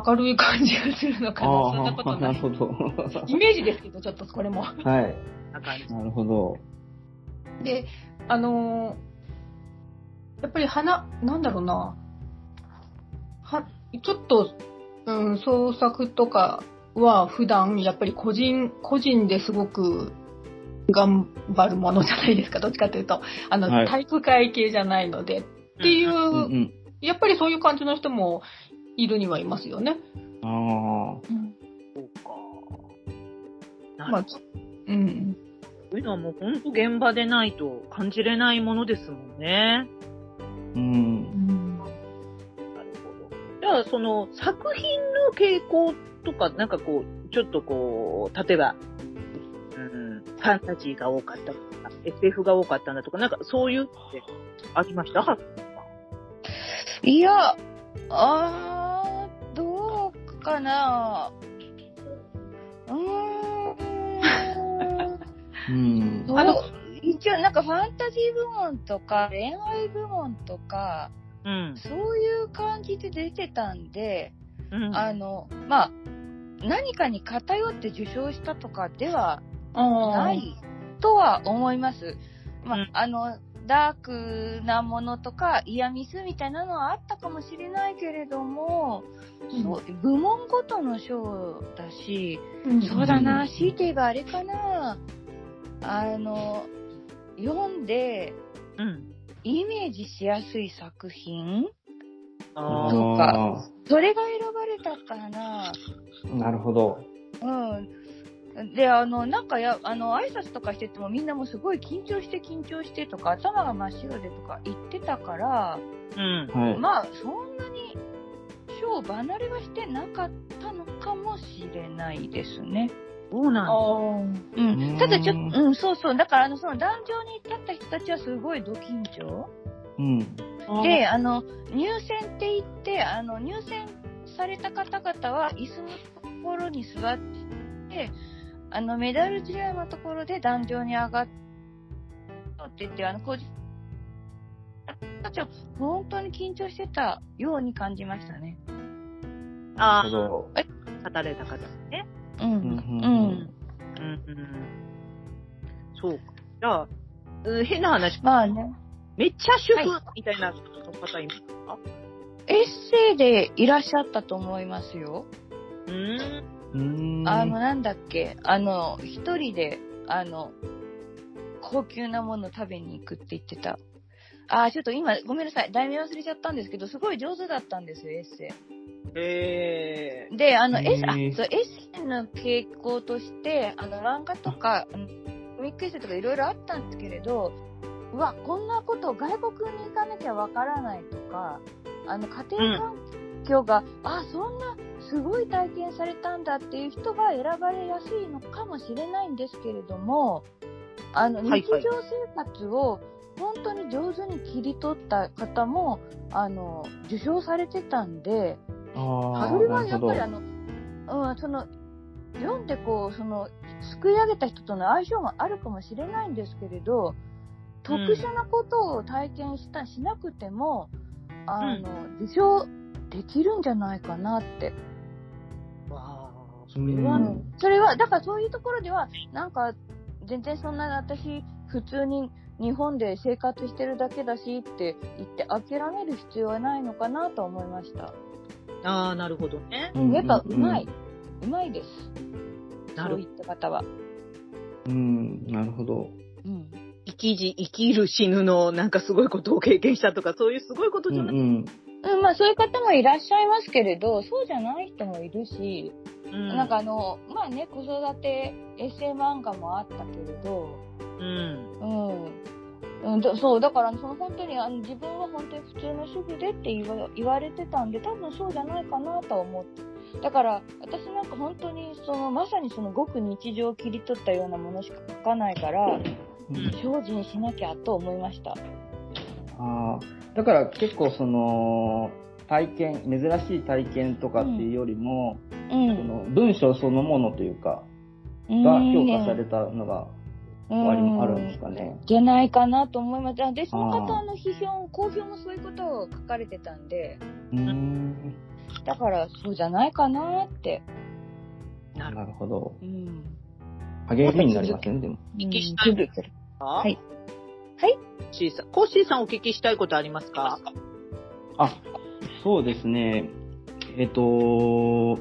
Speaker 4: 明るい感じがするのかな、そんなこと
Speaker 2: な
Speaker 4: な
Speaker 2: <laughs> る
Speaker 4: い。
Speaker 2: ほ
Speaker 3: <laughs>
Speaker 2: ど。
Speaker 4: イメージですけど、ちょっとこれも。
Speaker 2: はい。
Speaker 1: な感じ。
Speaker 2: なるほど。
Speaker 4: で、あのーやっぱり花、なんだろうな、は、ちょっと、うん、創作とかは普段、やっぱり個人、個人ですごく頑張るものじゃないですか、どっちかというと。あの、
Speaker 2: はい
Speaker 4: 体育会系じゃないので、っていう、
Speaker 2: うんうん。
Speaker 4: やっぱりそういう感じの人もいるにはいますよね。
Speaker 2: ああ。
Speaker 1: なる
Speaker 4: ま
Speaker 1: ほ
Speaker 4: あ
Speaker 1: ど、
Speaker 4: うん。
Speaker 1: そういうのはもう本当現場でないと感じれないものですもんね。
Speaker 2: うん。
Speaker 1: なるほど。じゃあ、その作品の傾向とか、なんかこう、ちょっとこう、例えば、うん、ファンタジーが多かったとか、SF が多かったんだとか、なんかそういうってありましたは、
Speaker 3: いや、あー、どうかなうー <laughs> ん。
Speaker 2: うん。
Speaker 3: あの、一応なんかファンタジー部門とか恋愛部門とか、
Speaker 1: うん。
Speaker 3: そういう感じで出てたんで、
Speaker 1: うん。
Speaker 3: あの、まあ、何かに偏って受賞したとかでは
Speaker 4: あ
Speaker 3: な
Speaker 4: あ。
Speaker 3: いとは思います。ま
Speaker 1: うん
Speaker 3: あ、あの、ダークなものとか嫌ミスみたいなのはあったかもしれないけれども、そう部門ごとの賞だし、
Speaker 4: うん
Speaker 3: そうだな、強いて言えばあれかな、あの、読んで
Speaker 1: うん。
Speaker 3: イメージしやすい作品
Speaker 1: あー
Speaker 3: そうかそれが選ばれたかな。
Speaker 2: あーなるほど。
Speaker 3: うん。で、あの、なんかや、あの、挨拶とかしててもみんなもすごい緊張して緊張してとか、頭が真っ白でとか言ってたから、
Speaker 1: うん。
Speaker 2: はい。
Speaker 3: まあ、そんなに、賞離れはしてなかったのかもしれないですね。
Speaker 1: そうなん
Speaker 4: あ
Speaker 1: だ。
Speaker 4: ー
Speaker 3: うん。ただちょっと、
Speaker 2: う
Speaker 3: うん、そうそう。だから、あの、その壇上に立った人たちはすごいド緊張。
Speaker 2: うん。
Speaker 3: で、あの、入選って言って、あの、入選された方々は椅子のところに座って、あの、メダル授与のところで壇上に上がってって言って、あの、こう、たちは本当に緊張してたように感じましたね。
Speaker 1: あ
Speaker 2: なるほど。
Speaker 1: あ、語れた方ね。
Speaker 3: うん。
Speaker 2: うん
Speaker 3: うん。
Speaker 1: うんうん。そうか。じゃあ、うん変な話、
Speaker 3: まあね、
Speaker 1: めっちゃ主婦
Speaker 3: は
Speaker 1: みたいな方いますか、
Speaker 3: エッセイでいらっしゃったと思いますよ。
Speaker 1: うーん。
Speaker 2: うーん。
Speaker 3: あの、なんだっけ、あの、一人で、あの、高級なもの食べに行くって言ってた。あー、ちょっと今、ごめんなさい。題名忘れちゃったんですけど、すごい上手だったんですよ、エッセ
Speaker 1: え
Speaker 3: イ。で、あの、
Speaker 2: へー
Speaker 3: エッセイ、あそうエッセイの傾向として、あの、漫画とか、あのコミックエッセイとかいろいろあったんですけれど、うわ、こんなこと外国に行かなきゃわからないとか、あの、家庭環境が、あ、そんなすごい体験されたんだっていう人が選ばれやすいのかもしれないんですけれども、あの、
Speaker 1: いはい
Speaker 3: 日常生活を本当に上手に切り取った方も、あの、受賞されてたんで、
Speaker 2: ああ、
Speaker 3: それ
Speaker 2: な
Speaker 3: は
Speaker 2: るほ
Speaker 3: やっ
Speaker 2: ど。
Speaker 3: ぱりあの、うん、その、読んでこう、その、救い上げた人との相性もあるかもしれないんですけれど、特殊なことを体験した、しなくても、あの、受賞できるんじゃないかなって。
Speaker 1: わあ、
Speaker 2: う
Speaker 1: それは、
Speaker 2: ん、
Speaker 3: それは、だからそういうところでは、なんか、全然そんな私、普通に日本で生活してるだけだしって言って諦める必要はないのかなと思いました。
Speaker 1: ああ、なるほどね。
Speaker 3: やっぱうまい。うまいです。
Speaker 1: な
Speaker 3: そう
Speaker 1: る
Speaker 3: いった方は。
Speaker 2: うん、なるほど。
Speaker 3: うん。
Speaker 1: 生きじ、生きる死ぬの、なんかすごいことを経験したとか、そういうすごいこと
Speaker 2: う
Speaker 1: じ
Speaker 2: ん
Speaker 1: ゃ
Speaker 2: う
Speaker 1: ない。
Speaker 2: ん。
Speaker 3: うん、まあそういう方もいらっしゃいますけれど、そうじゃない人もいるし、
Speaker 1: うん
Speaker 3: なんかあの、まあね、子育てエッセイ漫画もあったけれど、
Speaker 1: うん。
Speaker 3: うん。うん、だそう、だから、その本当にあの自分は本当に普通の主婦でって言わ言われてたんで、多分そうじゃないかなとは思って。だから、私なんか本当に、その、まさにそのごく日常を切り取ったようなものしか書かないから、
Speaker 1: うん
Speaker 3: 精進しなきゃと思いました。
Speaker 2: あーだから結構その、体験、珍しい体験とかっていうよりも、
Speaker 3: う
Speaker 2: そ
Speaker 3: ん。
Speaker 2: の文章そのものというか、が評価されたのが割
Speaker 3: う
Speaker 2: り
Speaker 3: ん
Speaker 2: あるんですかね。
Speaker 3: じゃないかなと思います。あで、その
Speaker 2: あ
Speaker 3: 方
Speaker 2: ー
Speaker 3: の批評、公表もそういうことを書かれてたんで、
Speaker 2: うん。
Speaker 3: だからそうじゃないかなって。
Speaker 1: なる
Speaker 2: なるほど。
Speaker 3: うん。
Speaker 2: 励みになりますね、でも。
Speaker 3: お。
Speaker 1: 聞きしたいほど。はい
Speaker 3: はい
Speaker 1: い。C さん。コッシーさんお聞きしたいことありますか
Speaker 2: あ、そうですね。えっと、は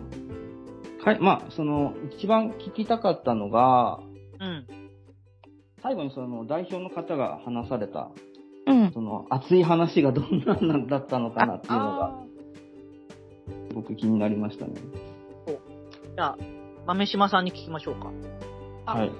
Speaker 2: い、まあ、その、一番聞きたかったのが、
Speaker 1: うん。
Speaker 2: 最後にその代表の方が話された、
Speaker 3: うん。
Speaker 2: その熱い話がどんなのだったのかなっていうのが、
Speaker 3: あ
Speaker 2: すごく気になりましたね。
Speaker 1: じゃあ、豆島さんに聞きましょうか。
Speaker 4: あ
Speaker 2: はい。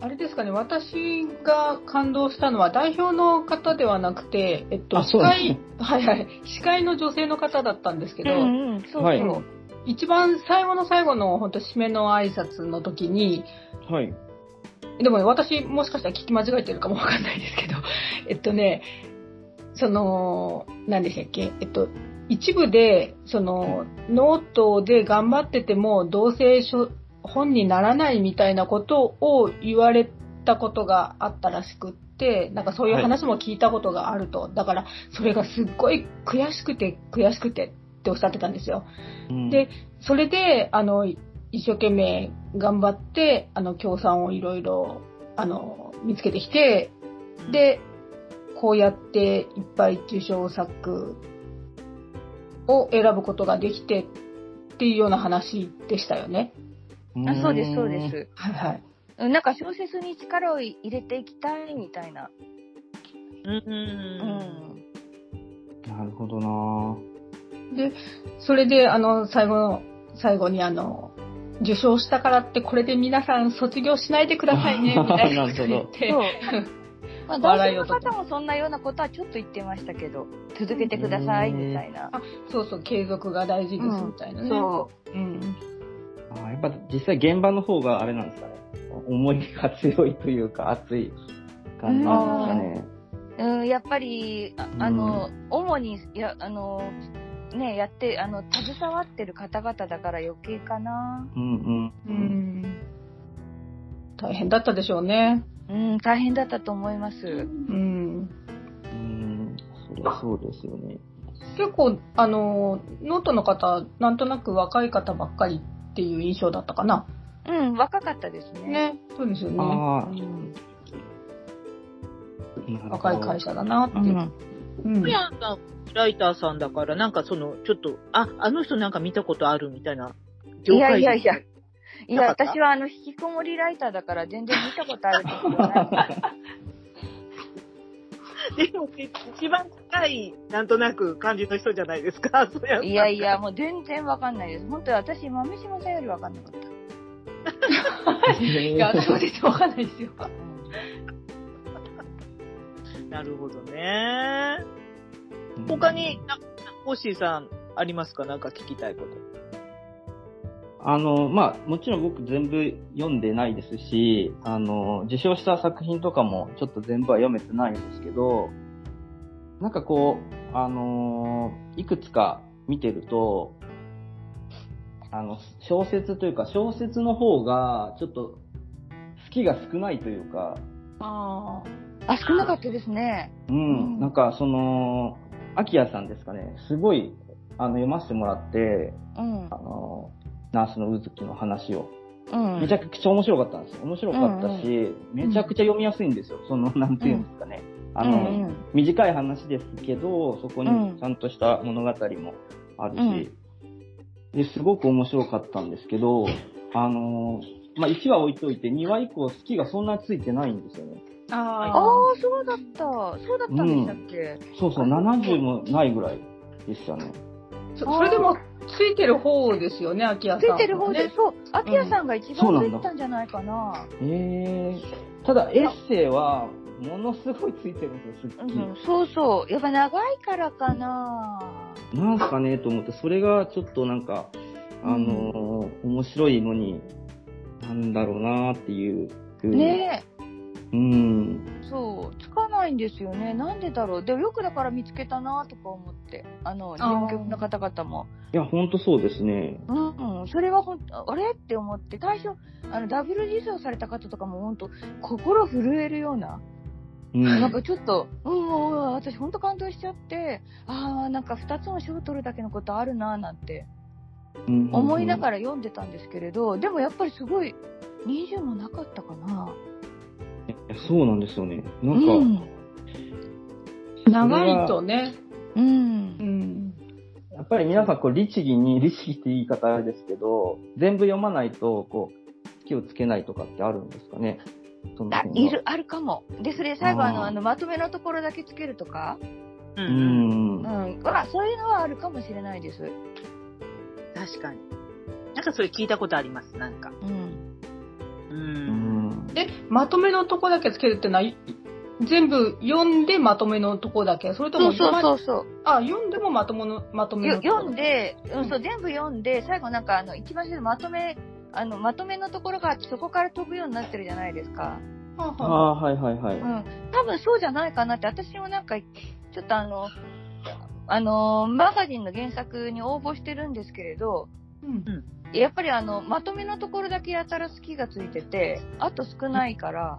Speaker 4: あれですかね、私が感動したのは代表の方ではなくて、えっと、
Speaker 2: あ
Speaker 4: 司
Speaker 2: そうなんです
Speaker 4: 会
Speaker 2: ね、
Speaker 4: はいはい、司会の女性の方だったんですけ
Speaker 3: ー
Speaker 4: ど、
Speaker 3: うんうん、そうそう。
Speaker 2: はい
Speaker 4: そう一番最後の最後の本当締めの挨拶の時に、
Speaker 2: はい。
Speaker 4: でもね私もしかしたら聞き間違えてるかもわかんないですけど、 <laughs> えっとね、その、何でしたっけ、えっと、一部で、その、ノートで頑張ってても、どうせ書本にならないみたいなことを言われたことがあったらしくって、なんかそういう話も聞いたことがあると。だから、それがすっごい悔しくて、悔しくてっておっしゃってたんですよ。
Speaker 2: うん
Speaker 4: で、それで、あの、い一生懸命頑張って、あの、協賛をいろいろ、あの、見つけてきて、
Speaker 1: うん、
Speaker 4: で、こうやっていっぱい受賞作を選ぶことができてっていうような話でしたよね。
Speaker 2: ん
Speaker 3: あそうです、そうで。す。
Speaker 4: はいはい。
Speaker 3: うんなんか小説に力を入れていきたいみたいな。
Speaker 1: うん。
Speaker 3: う
Speaker 1: うん
Speaker 3: ん。
Speaker 2: なるほどなぁ
Speaker 4: それで、あの、最後の、最後にあの、受賞したからってこれで皆さん卒業しないでくださいね、みたい <laughs> なこと言っ
Speaker 3: そう
Speaker 4: て。。
Speaker 3: <laughs> まあ、男
Speaker 4: 笑い
Speaker 3: 性
Speaker 4: を
Speaker 3: の
Speaker 4: 取って
Speaker 3: 方もそんなようなことはちょっと言ってましたけど、続けてくださいみたいな。
Speaker 4: そうそう、継続が大事ですみたいなね。
Speaker 3: そう。
Speaker 4: うん。
Speaker 2: あやっぱ実際現場の方があれなんですかね。思いが強いというか、熱い感じなんですかね。
Speaker 3: うん、やっぱり、ああの、主に、いや、あの、ね、やって、あの、携わってる方々だから余計かな。
Speaker 2: うん
Speaker 4: う
Speaker 2: うん。
Speaker 4: ん大変だったでしょうね。
Speaker 3: うん、大変だったと思います。
Speaker 4: うん、
Speaker 2: うん、そりゃそうですよね。
Speaker 4: 結構、あの、ノートの方、なんとなく若い方ばっかりっていう印象だったかな。
Speaker 3: うん、若かったですね。
Speaker 4: ね。そうですよね。
Speaker 2: ああ
Speaker 3: う、ん。
Speaker 2: なるほど
Speaker 4: 若い会社だなって
Speaker 3: う
Speaker 4: いう。
Speaker 3: ん。
Speaker 4: うん
Speaker 1: クヤンさん、ライターさんだから、なんかその、ちょっと、あ、あの人なんか見たことあるみたいな。
Speaker 3: いやいやいや。いや、
Speaker 1: なかった
Speaker 3: 私はあの、引きこもりライターだから全然見たことあるとこ <laughs> ない。
Speaker 1: でも、一番近い、なんとなく感じの人じゃないですか、そうや
Speaker 3: <laughs> いやいや、もう全然わかんないです。本当に私、豆島さんよりわかんなかっ
Speaker 2: <laughs>
Speaker 3: た。
Speaker 4: いや、そうです。わかんないですよ。
Speaker 1: なるほどね。他に、なんか、コッシーさん、ありますかなんか聞きたいこと。
Speaker 2: あの、まあ、もちろん僕全部読んでないですし、あの、受賞した作品とかもちょっと全部は読めてないんですけど、なんかこう、あのーいくつか見てると、あの、小説というか、小説の方が、ちょっと、好きが少ないというか、
Speaker 4: あ
Speaker 3: あ、少なかったですね。
Speaker 2: うん、
Speaker 4: うん
Speaker 2: なんかその、アキヤさんですかね、すごい、あの、読ませてもらって、
Speaker 3: うん
Speaker 2: あ。の、ナースのうずきの話を、
Speaker 3: うん。
Speaker 2: めちゃくちゃ面白かったんですよ。面白かったし、めちゃくちゃ読みやすいんですよ。その、なんていうんですかね。あ
Speaker 3: う
Speaker 2: の、
Speaker 3: んうん
Speaker 2: 短い話ですけど、そこ
Speaker 3: うん
Speaker 2: にちゃんとした物語もある
Speaker 3: う
Speaker 2: し、ですごく面白かったんですけど、あの、まあ、1話置いといて、2話以降、好きがそんなついてないんですよね。
Speaker 4: あ。あ
Speaker 3: ああ
Speaker 4: あ。、
Speaker 3: そうだった。そうだったんでしたっけ、
Speaker 2: そうそう、70もないぐらいでしたね。
Speaker 4: そそれでも、ついてる方ですよね、秋谷
Speaker 3: つ
Speaker 4: さん。
Speaker 3: いてる方で、
Speaker 4: ね。
Speaker 3: そう、アキヤさんが一
Speaker 2: そうな
Speaker 3: 番つ
Speaker 2: んだ
Speaker 3: いたんじゃないかな。
Speaker 2: えー、ただエッセイは、ものすごいついてるんですよ、す
Speaker 3: う
Speaker 2: っ
Speaker 3: ん
Speaker 2: きり。
Speaker 3: そうそう。やっぱ長いからかな。
Speaker 2: なんすかねと思って、それがちょっとなんか、あのー面白いのに、なんだろうなーっていう。
Speaker 3: ね
Speaker 2: うん。
Speaker 3: え、そう、つかないんですよね。なんでだろう。でもよくだから見つけたなとか思って、あの、人局の方々も。
Speaker 2: いや、ほんとそうですね。
Speaker 3: うん、うんそれはほんと、あれって思って、最初、あの、ダブル受賞された方とかもほんと、心震えるような、
Speaker 2: うん。
Speaker 3: なんかちょっと、うん、うんうん私ほんと感動しちゃって、ああ、なんか2つの賞を取るだけのことあるなーなんて思いなが
Speaker 2: ら。
Speaker 3: ら読んでたんですけれど、でもやっぱりすごい、20もなかったかな。
Speaker 2: いやそうなんですよね。な
Speaker 3: うん
Speaker 2: か、
Speaker 3: ん。
Speaker 4: 長いとね。
Speaker 3: うん
Speaker 4: う。ん。
Speaker 2: やっぱり皆さん、こう、律儀に、律儀って言い方あれですけど、全部読まないと、こう、気をつけないとかってあるんですかね。その
Speaker 3: あ
Speaker 2: 辺はい
Speaker 3: る、。あるかも。で、それ最後、あ
Speaker 2: あ
Speaker 3: の、
Speaker 2: ー
Speaker 3: あのまとめのところだけつけるとか、
Speaker 1: う。
Speaker 2: うんん。
Speaker 3: う
Speaker 2: あ
Speaker 3: ん、はそういうのはあるかもしれないです。
Speaker 1: 確かに。なんかそれ聞いたことあります、なんか。
Speaker 3: うん。
Speaker 1: うん。
Speaker 4: で、まとめのとこだけつけるってのは、い全部読んでまとめのとこだけそれと
Speaker 3: そ
Speaker 4: も、
Speaker 3: うそう
Speaker 4: ま
Speaker 3: そうそう。
Speaker 4: あ、読んでもまともの、まとめ
Speaker 3: よ
Speaker 4: のとこ
Speaker 3: 読んで、
Speaker 4: う
Speaker 3: う
Speaker 4: ん
Speaker 3: ん、そう、全部読んで、最後なんか、あの、一番最初のまとめ、あの、まとめのところがあって、そこから飛ぶようになってるじゃないですか。
Speaker 4: はあはあ
Speaker 2: あー、はいはいは
Speaker 3: う
Speaker 2: い。
Speaker 3: ん。多分そうじゃないかなって、私もなんか、ちょっとあの、あの、マガジンの原作に応募してるんですけれど、
Speaker 4: うん
Speaker 3: やっぱりあの、まとめのところだけやたら好きがついてて、あと少ないから、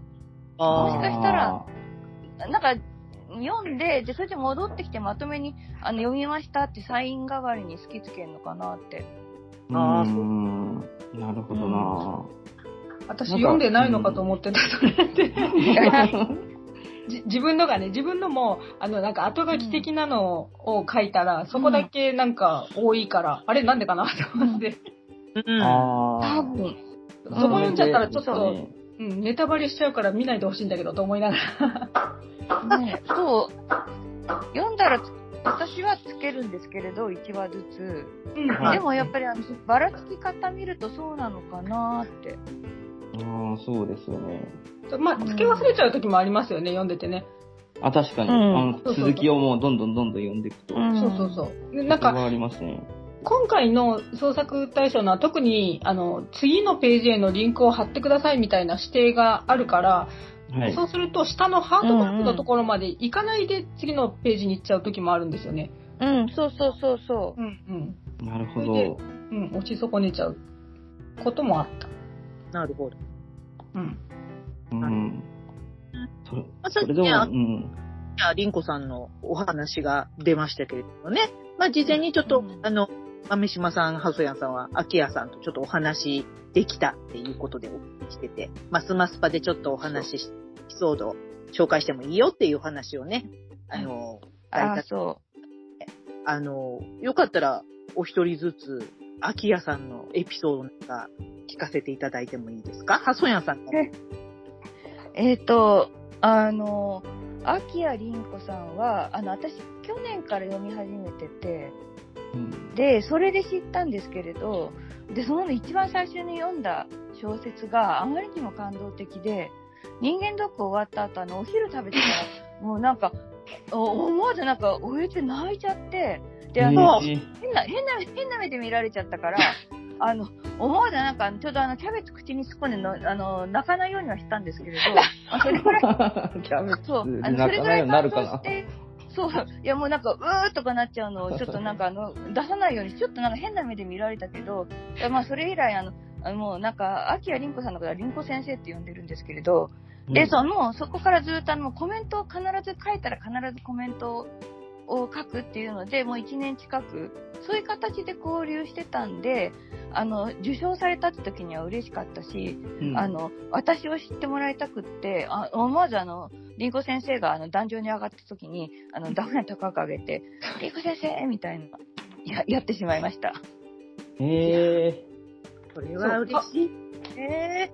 Speaker 3: もし
Speaker 1: あ
Speaker 3: かしたら、なんか、読んで、で、それで戻ってきてまとめに、あの、読みましたってサイン代わりに好きつけるのかなって。
Speaker 1: あーそう
Speaker 2: うん。なるほどな
Speaker 4: 私
Speaker 2: なんか
Speaker 4: 読んでないのかと思ってた、それって。 <laughs> じ自分のがね、自分のも、あの、なんか後書き的なのを書いたら、そこだけなんか多いから、あれなんでかなと思って。
Speaker 1: うん。
Speaker 2: あー
Speaker 3: 多分。
Speaker 4: そこ読んじゃったらちょっ
Speaker 2: そうですね
Speaker 4: と、うん、ネタバレしちゃうから見ないでほしいんだけどと思いながら。
Speaker 3: ね、そう。読んだら、私はつけるんですけれど、1話ずつ。
Speaker 4: うん。
Speaker 2: はい
Speaker 3: でもやっぱりあの、ばらつき方見るとそうなのかなって。
Speaker 2: ああ、そうですよね。
Speaker 4: まあ、付け忘れちゃう時もありますよね、読んでてね。
Speaker 2: あ、確かに。
Speaker 3: うん
Speaker 2: あの
Speaker 4: そうそうそう
Speaker 2: 続きをもうどんどんどんどん読んでいくと。
Speaker 3: うん
Speaker 4: そうそうそう。で
Speaker 2: な
Speaker 4: なん
Speaker 2: んか。
Speaker 4: か、
Speaker 2: がありますね。
Speaker 4: 今回の創作大賞のは特に、あの、次のページへのリンクを貼ってくださいみたいな指定があるから、
Speaker 2: はい。
Speaker 4: そうすると、下のハートマークのところまで行かないで、次のページに行っちゃう時もあるんですよね。
Speaker 3: うん、そうそうそうそ
Speaker 4: うん、
Speaker 2: なるほ
Speaker 4: それで
Speaker 2: ど。
Speaker 4: うん。うん、落ち損ねちゃうこともあった。
Speaker 1: なるほど。
Speaker 4: うん。
Speaker 2: うん。それ
Speaker 1: まあ、さっ
Speaker 2: そ
Speaker 1: き
Speaker 2: れでも
Speaker 1: ね、あ、
Speaker 2: うん。
Speaker 1: りんこさんのお話が出ましたけれどもね。まあ、事前にちょっ
Speaker 3: う
Speaker 1: と
Speaker 3: ん、
Speaker 1: あの、豆島さん、ハソヤンさんは、秋谷さんとちょっとお話できたっていうことでお聞きしてて、まあ、スマスパでちょっとお話しし、エピソードを紹介してもいいよっていう話をね、あの、
Speaker 3: う。ああ、そ
Speaker 1: あの、よかったら、お一人ずつ、秋谷さんのエピソードなんか聞かせていただいてもいいですかハソヤンさんから。
Speaker 3: えう。えっ、と、あの、秋谷凛子さんは、あの、私、去年から読み始めてて、
Speaker 2: うん
Speaker 3: で、それで知ったんですけれど、で、その一番最初に読んだ小説があまりにも感動的で、人間ドック終わった後、あの、お昼食べてたら、もうなんか、お思わずなんか、おえて泣いちゃって、で、あの、
Speaker 2: えー
Speaker 3: 変な、変な、変な目で見られちゃっ
Speaker 2: <laughs>
Speaker 3: たから、あの、思わずなんか、ちょうどあの、キャベツ口に突っ込んでの、あの、泣かないよう
Speaker 2: <laughs>
Speaker 3: にはしたんですけれど、まあそれぐらい、
Speaker 2: キャベツ
Speaker 3: そう、あの、
Speaker 2: 泣
Speaker 3: それ
Speaker 2: か
Speaker 3: ぐ
Speaker 2: な
Speaker 3: ら
Speaker 2: いように
Speaker 3: い
Speaker 2: な
Speaker 3: 感
Speaker 2: る
Speaker 3: 動
Speaker 2: か
Speaker 3: し
Speaker 2: な。
Speaker 3: て、そう。いや、もうなんか、うーとかなっちゃうのを、ちょっとなんか、あの、出さないように、ちょっとなんか変な目で見られたけど、いやまあ、それ以来、あの、あのもうなんか、秋谷凛子さんのことは凛子先生って呼んでるんですけれど、で、その、もうそこからずっとあの、コメントを必ず書いたら必ずコメントを書くっていうので、もう1年近く、そういう形で交流してたんで、あの、受賞されたって時には嬉しかったし、
Speaker 2: うん
Speaker 3: あ、の、私を知ってもらいたくって、あ思わずあの、リンコ先生があの、壇上に上がった時に、あの、ダフ屋高く上げて、リンコ先生みたいな、や、やってしまいました。
Speaker 2: へえ
Speaker 1: これは嬉しい。え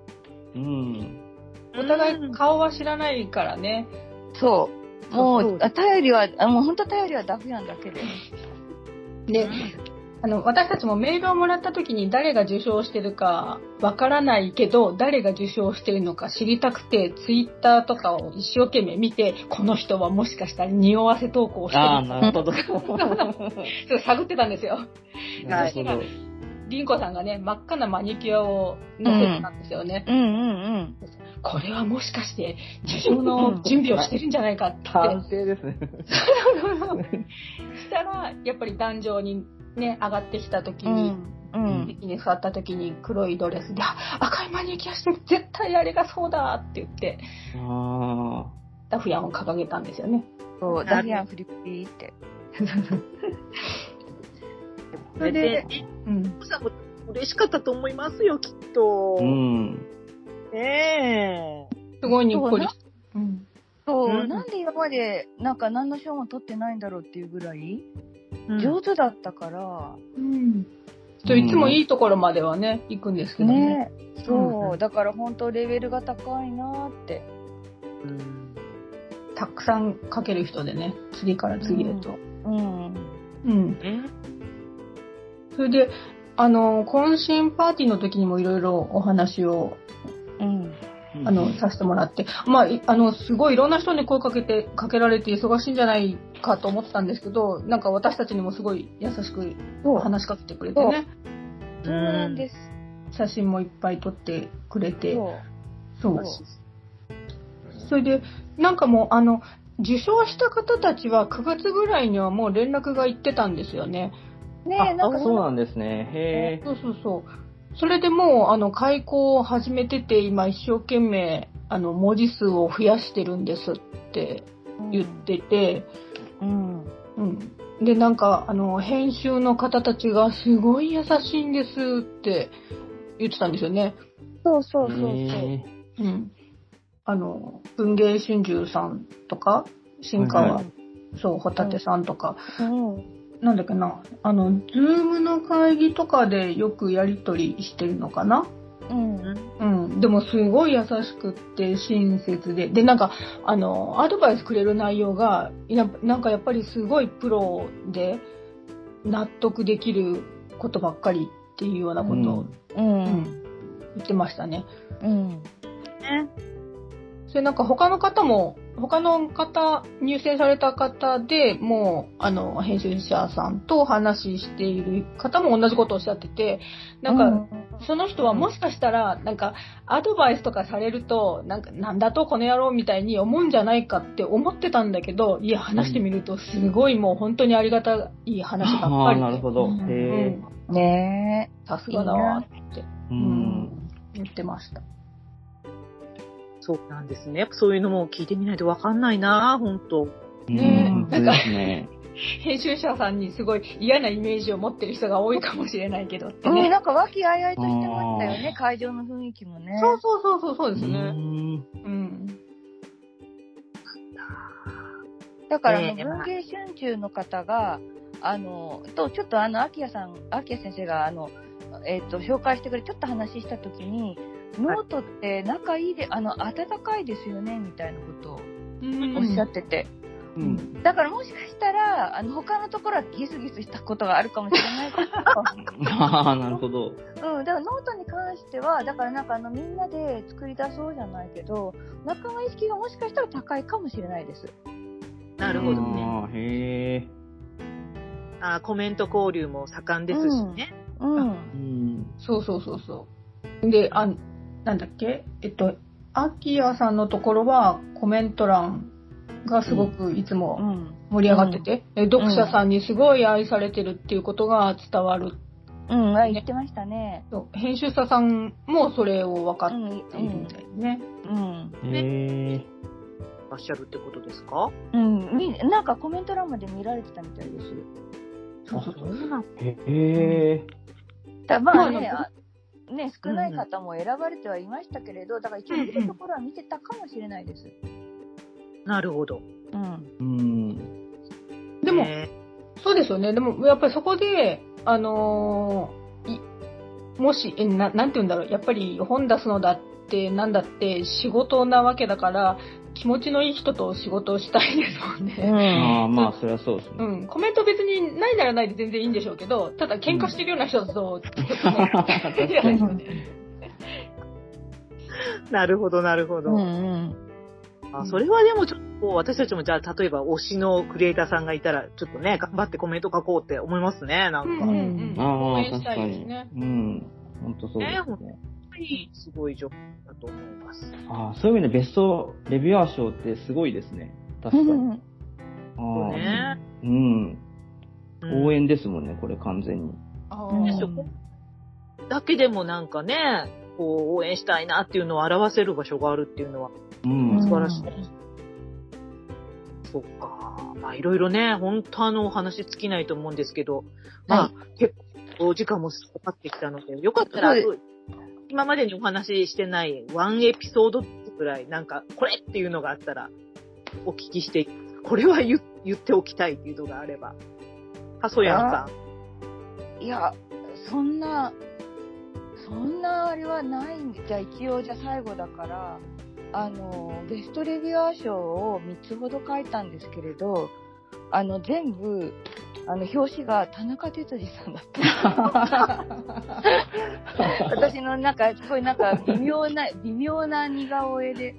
Speaker 2: ー、うん。
Speaker 4: お互い顔は知らないからね。
Speaker 3: そう。
Speaker 1: そ
Speaker 3: も
Speaker 1: う
Speaker 3: う、あ頼りは、あもう本当頼りはダフ屋だけで。
Speaker 4: で、あの、私たちもメールをもらった時に誰が受賞してるかわからないけど、誰が受賞してるのか知りたくて、ツイッターとかを一生懸命見て、この人はもしかしたら匂わせ投稿をして <laughs>
Speaker 2: ああ、
Speaker 4: る
Speaker 2: なるほど。な
Speaker 4: ちょっと探ってたんですよ。
Speaker 2: るほど。
Speaker 4: リンコさんがね、真っ赤なマニキュアを載せてたんですよね。
Speaker 3: うんうん
Speaker 4: これはもしかして、受賞の準備をしてるんじゃないかって。
Speaker 2: 探偵ですね。
Speaker 4: したら、やっぱり壇上にね、上がってきた時
Speaker 3: う
Speaker 4: に、
Speaker 3: ん。うん。
Speaker 4: 席に座った時に黒いドレスで、あ赤いマニキュアしてる、絶対あれがそうだって言って、
Speaker 2: あ
Speaker 4: ダフヤンを掲げたんですよね。
Speaker 3: そう、ダフ屋フリッピーって。
Speaker 1: ー、それで、
Speaker 4: うん。
Speaker 1: リンコさんも嬉しかったと思いますよ、きっと
Speaker 2: あ。。うん。
Speaker 1: ねえ。
Speaker 4: すごいにっこりして。うん。
Speaker 3: そう、
Speaker 1: うん
Speaker 3: なんで今まで、なんか何の賞も取ってないんだろうっていうぐらい、
Speaker 1: 上
Speaker 3: 上手だったから、
Speaker 4: うん。といつもいいところまではね、行くんですけどね。
Speaker 3: ね、そう、だから本当レベルが高いなーって。
Speaker 4: たくさんかける人でね、次から次へと。
Speaker 3: うん。
Speaker 4: うん。
Speaker 1: 手。うん
Speaker 4: それで、あの、懇親パーティーの時にもいろいろお話を、
Speaker 3: うん。
Speaker 4: あの、させてもらって、まあい、あの、すごいいろんな人に声かけて、かけられて忙しいんじゃないかと思ってたんですけど、なんか私たちにもすごい優しく
Speaker 3: そう
Speaker 4: 話しかけてくれてね、
Speaker 3: そうなんです。
Speaker 4: 写真もいっぱい撮ってくれて、
Speaker 3: そう。
Speaker 4: そう
Speaker 3: そ
Speaker 4: それで、なんかもう、あの、受賞した方たちは9月ぐらいにはもう連絡が行ってたんですよね。
Speaker 3: ね
Speaker 2: あ
Speaker 3: え、なんか
Speaker 2: そう
Speaker 3: そ
Speaker 2: なんですね。へえ。
Speaker 4: そうそうそう。それでもう、あの、開校を始めてて、今一生懸命、あの、文字数を増やしてるんですって
Speaker 3: う
Speaker 4: 言ってて、
Speaker 3: うん。
Speaker 4: うん。で、なんか、あの、編集の方たちが、すごい優しいんですって言ってたんですよね。
Speaker 3: そうそうそうそう。
Speaker 2: へえ
Speaker 4: うん。あの、文芸春秋さんとか、新川、
Speaker 2: は
Speaker 4: そう、ホタテさんとか、
Speaker 3: うん。
Speaker 4: なんだっけな、あの、ズームの会議とかでよくやりとりしてるのかな
Speaker 3: うん。
Speaker 4: うん、でもすごい優しくって親切で、で、なんか、あの、アドバイスくれる内容が、いやなんかやっぱりすごいプロで納得できることばっかりっていうようなことを、
Speaker 3: うん。
Speaker 4: う
Speaker 3: うん。
Speaker 4: ん言ってましたね。
Speaker 3: うん。
Speaker 4: それなんか他の方も、他の方、入選された方でもう、あの、編集者さんとお話ししている方も同じことをおっしゃってて、なんか、その人はもしかしたら、なんか、アドバイスとかされると、なんか、なんだとこの野郎みたいに思うんじゃないかって思ってたんだけど、いや、話してみると、すごいもう本当にありがたい話ばっ
Speaker 2: あ
Speaker 4: か
Speaker 2: あ、
Speaker 4: りで。
Speaker 2: なるほど。
Speaker 3: うん
Speaker 4: う
Speaker 2: へえ。
Speaker 4: ん
Speaker 3: ね
Speaker 4: さすがだわって、
Speaker 2: う。
Speaker 4: うんん、言ってました。
Speaker 1: そうなんですね。やっぱそういうのも聞いてみないとわかんないな、本当
Speaker 4: ね
Speaker 2: うん本当ですね。
Speaker 4: 編集者さんにすごい嫌なイメージを持ってる人が多いかもしれないけどって
Speaker 3: え。うん、
Speaker 4: ね。
Speaker 3: なんか和気あいあいとしてましたよね、会場の雰囲気もね。
Speaker 4: そうそうそうそうそうです
Speaker 2: う
Speaker 4: ね。
Speaker 2: ん
Speaker 4: うん。
Speaker 3: だから、ね
Speaker 1: ええまあ
Speaker 3: 文芸春秋の方が、あの、と、ちょっとあの、秋谷さん、秋谷先生が、あの、えっ、と、紹介してくれ、ちょっと話したときに、ノートって仲いいで、あの、暖かいですよね、みたいなことをおっしゃってて。
Speaker 2: うん
Speaker 3: だからもしかしたら、あの、他のところはギスギスしたことがあるかもしれ
Speaker 2: <laughs>
Speaker 3: ないけ
Speaker 2: ああ、なるほど。
Speaker 3: ど、うん、だからノートに関しては、だからなんかあの、みんなで作り出そうじゃないけど、仲間意識がもしかしたら高いかもしれないです。
Speaker 1: なるほどね。
Speaker 2: ああ、へえ。
Speaker 1: あーコメント交流も盛んですしね。
Speaker 3: うん。
Speaker 2: うん。
Speaker 4: そうそうそうそう。で、あ、なんだっけえっと、アキヤさんのところはコメント欄がすごくいつ
Speaker 3: う
Speaker 4: も
Speaker 3: ん。
Speaker 4: 盛り上がってて、で読者さんにすごい愛されてるっていうことが伝わる
Speaker 3: うん、あ言ってましたね。
Speaker 4: と。編集者さんもそれを分か
Speaker 3: う
Speaker 4: って
Speaker 3: ん、
Speaker 4: いるみたいですね。
Speaker 3: うん。
Speaker 2: へえ。
Speaker 1: らっしゃるってことですか
Speaker 3: うん。みなんかコメント欄まで見られてたみたいです。
Speaker 4: そうそうそう
Speaker 2: へえ。
Speaker 3: たまあ
Speaker 4: まあ
Speaker 3: ね、
Speaker 4: あ
Speaker 3: あね、少ない方も選ばれてはいましたけれど、だから一応見るところは見てたかもしれないです。
Speaker 1: なるほど。
Speaker 3: うん。
Speaker 2: うん。
Speaker 4: でも、
Speaker 1: え
Speaker 4: そうですよね。でも、やっぱりそこで、あのーいもし、えな、なんて言うんだろう。やっぱり本出すのだって、なんだって仕事なわけだから、気持ちのいい人と仕事をしたいですもんね。
Speaker 2: ああ、まあ、そりゃそうですね <laughs>
Speaker 4: う。ん。コメント別にないならないで全然いいんでしょうけど、ただ喧嘩してるような人と、ちょっとね嫌 <laughs> ですよね。
Speaker 1: ーなるほど、なるほ
Speaker 3: う
Speaker 1: ど、
Speaker 3: んうん。
Speaker 1: あ。それはでもちょっとこう、私たちもじゃあ、例えば推しのクリエイターさんがいたら、ちょっとね、頑張ってコメント書こうって思いますね、な
Speaker 4: うんん
Speaker 1: か。
Speaker 4: うん
Speaker 1: やっ
Speaker 4: うん。応
Speaker 2: ああ、
Speaker 4: 援し
Speaker 2: 確か
Speaker 4: たいで
Speaker 2: に
Speaker 4: すね。。
Speaker 2: うん。本当そうですね。
Speaker 1: ぱりすごい状況だと思います。
Speaker 2: ああ、そういう意味でベストレビュアー賞ってすごいですね。確かに。ああ、
Speaker 1: ね。
Speaker 2: うん。応
Speaker 1: 援
Speaker 2: 援ですもんね、これ完全に。
Speaker 4: あ
Speaker 3: うん
Speaker 1: ですよ
Speaker 4: ー
Speaker 1: だけでもなんかね、こう、応援したいなっていうのを表せる場所があるっていうのは、
Speaker 2: うん。 <laughs>
Speaker 1: 素晴らしい。そっか。まあ、いろいろね、本当あの、お話尽きないと思うんですけど、まあ、結構、お時間もかかってきたので、よかったら、
Speaker 3: はい
Speaker 1: そう今までにお話ししてないワンエピソードくらい、なんか、これっていうのがあったら、お聞きして、これは言言っておきたいっていうのがあれば。はそやんさ
Speaker 3: いや、そんな、そんなあれはないんで、じゃあ一応じゃあ最後だから、あの、ベストレビュアー賞を3つほど書いたんですけれど、あの、全部、あの、表紙が田中哲司さんだった。私のなんか、すごいなんか微妙な、微妙な似顔絵で、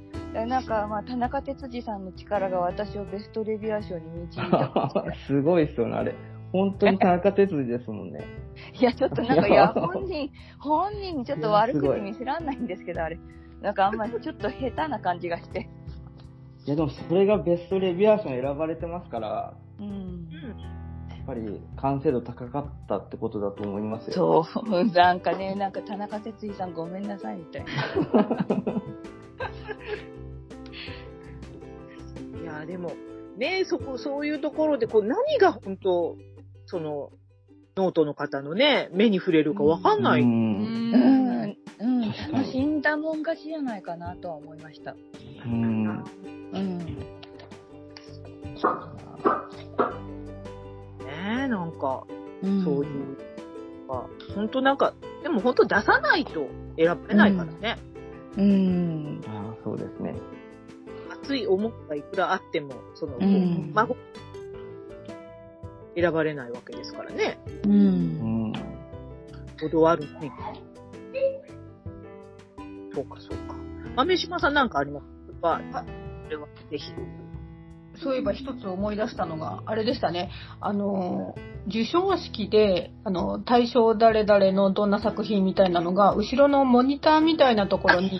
Speaker 3: なんかまあ、田中哲司さんの力が私をベストレビュアー賞に導いた。
Speaker 2: すごいっすよね、あれ。本当に田中哲司ですもんね。
Speaker 3: いや、ちょっとなんか、
Speaker 2: い
Speaker 3: い
Speaker 2: や
Speaker 3: や、本人、本人にちょっと悪
Speaker 2: いやす
Speaker 3: く
Speaker 2: ごい
Speaker 3: 見せらんないんですけど、あれ。なんかあんまりちょっと下手な感じがして。
Speaker 2: いや、でもそれがベストレビュアー賞に選ばれてますから、
Speaker 3: うん。
Speaker 2: やっぱり完成度高かったってことだと思いますよ。。
Speaker 3: そう、なんかね、なんか田中哲司さんごめんなさいみたいな。
Speaker 1: ん。いや、でも、ね、そこ、そういうところで、こう、何が本当、その、ノートの方のね、目に触れるかわかんないう
Speaker 4: うん。
Speaker 3: うんん、うん、
Speaker 2: 確かに
Speaker 3: 楽しんだもん勝ちじゃないかなとは思いまし
Speaker 2: う
Speaker 3: た。
Speaker 2: ん。
Speaker 3: うん。
Speaker 1: ね、なんか。
Speaker 3: うん
Speaker 1: そういう。あ本当なんか、でも本当出さないと選ばれないからね。
Speaker 3: うん。
Speaker 2: ああ、そうですね。
Speaker 1: 熱い思いがいくらあっても、その、
Speaker 3: うん
Speaker 1: 孫、選ばれないわけですからね。
Speaker 3: う。
Speaker 2: うんん。
Speaker 1: ほどあるね。そうか、そうか。豆島さんなんかありますか
Speaker 4: あ
Speaker 1: それは、ぜひ。
Speaker 4: そういえば一つ思い出したのが、あれでしたね。あの、受賞式で、あの、大賞誰々のどんな作品みたいなのが、後ろのモニターみたいなところに、